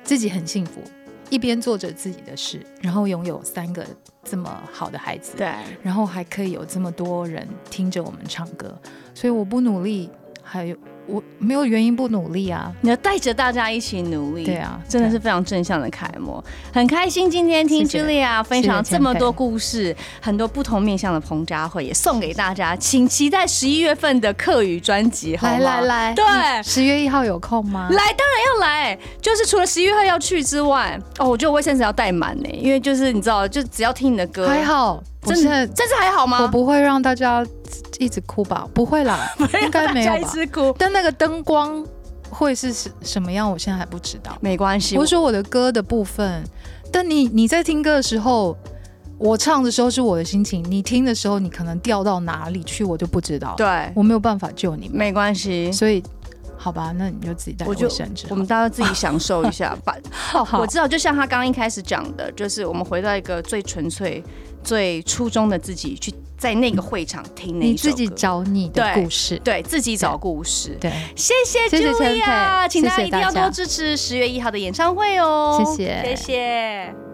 Speaker 5: 自己很幸福，一边做着自己的事，然后拥有三个这么好的孩子，
Speaker 4: 对，
Speaker 5: 然后还可以有这么多人听着我们唱歌，所以我不努力，还有我没有原因不努力啊。
Speaker 4: 你要带着大家一起努力。
Speaker 5: 对。啊，
Speaker 4: 真的
Speaker 5: 对
Speaker 4: 是
Speaker 5: 啊
Speaker 4: 非常正向的楷模，很开心今天听
Speaker 5: 谢谢
Speaker 4: Julia 分享这么多
Speaker 5: 前辈
Speaker 4: 故事，很多不同面向的彭佳慧也送给大家，请期待十一月份的客语专辑，好吗
Speaker 5: 来来，来，
Speaker 4: 对
Speaker 5: 你十月一号有空吗？
Speaker 4: 来当然要来，就是除了十一月份要去之外，哦，我觉得我卫生纸要带满呢，因为就是你知道，就只要听你的歌，
Speaker 5: 还，好，我
Speaker 4: 真的
Speaker 5: 是
Speaker 4: 这次还好吗？
Speaker 5: 我不会让大家一直哭吧？不会 啦，应该没有
Speaker 4: 大家一
Speaker 5: 吧？
Speaker 4: 直哭，
Speaker 5: 但那个灯光会是什什么样？我现在还不知道。
Speaker 4: 没关系，
Speaker 5: 我是说我的歌的部分，但你你在听歌的时候，我唱的时候是我的心情，你听的时候你可能掉到哪里去，我就不知道。，
Speaker 4: 对，
Speaker 5: 我没有办法救你们，
Speaker 4: 没关系，
Speaker 5: 所以好吧，那你就自己带
Speaker 4: 我就
Speaker 5: 卫生纸好了。
Speaker 4: 我们大家自己享受一下，把
Speaker 5: 好好
Speaker 4: 我知道，就像他刚刚一开始讲的，就是我们回到一个最纯粹、最初衷的自己，去在那个会场听那
Speaker 5: 你
Speaker 4: 一首
Speaker 5: 自
Speaker 4: 歌
Speaker 5: 己找你的
Speaker 4: 对
Speaker 5: 故事。
Speaker 4: 对自己找故事。
Speaker 5: 对，
Speaker 4: 谢谢
Speaker 5: 谢谢
Speaker 4: Julia，
Speaker 5: 前辈
Speaker 4: 请大家
Speaker 5: 谢谢
Speaker 4: 一定要
Speaker 5: 大家
Speaker 4: 多支持十月一号的演唱会哦。
Speaker 5: 谢
Speaker 4: 谢
Speaker 5: 谢
Speaker 4: 谢。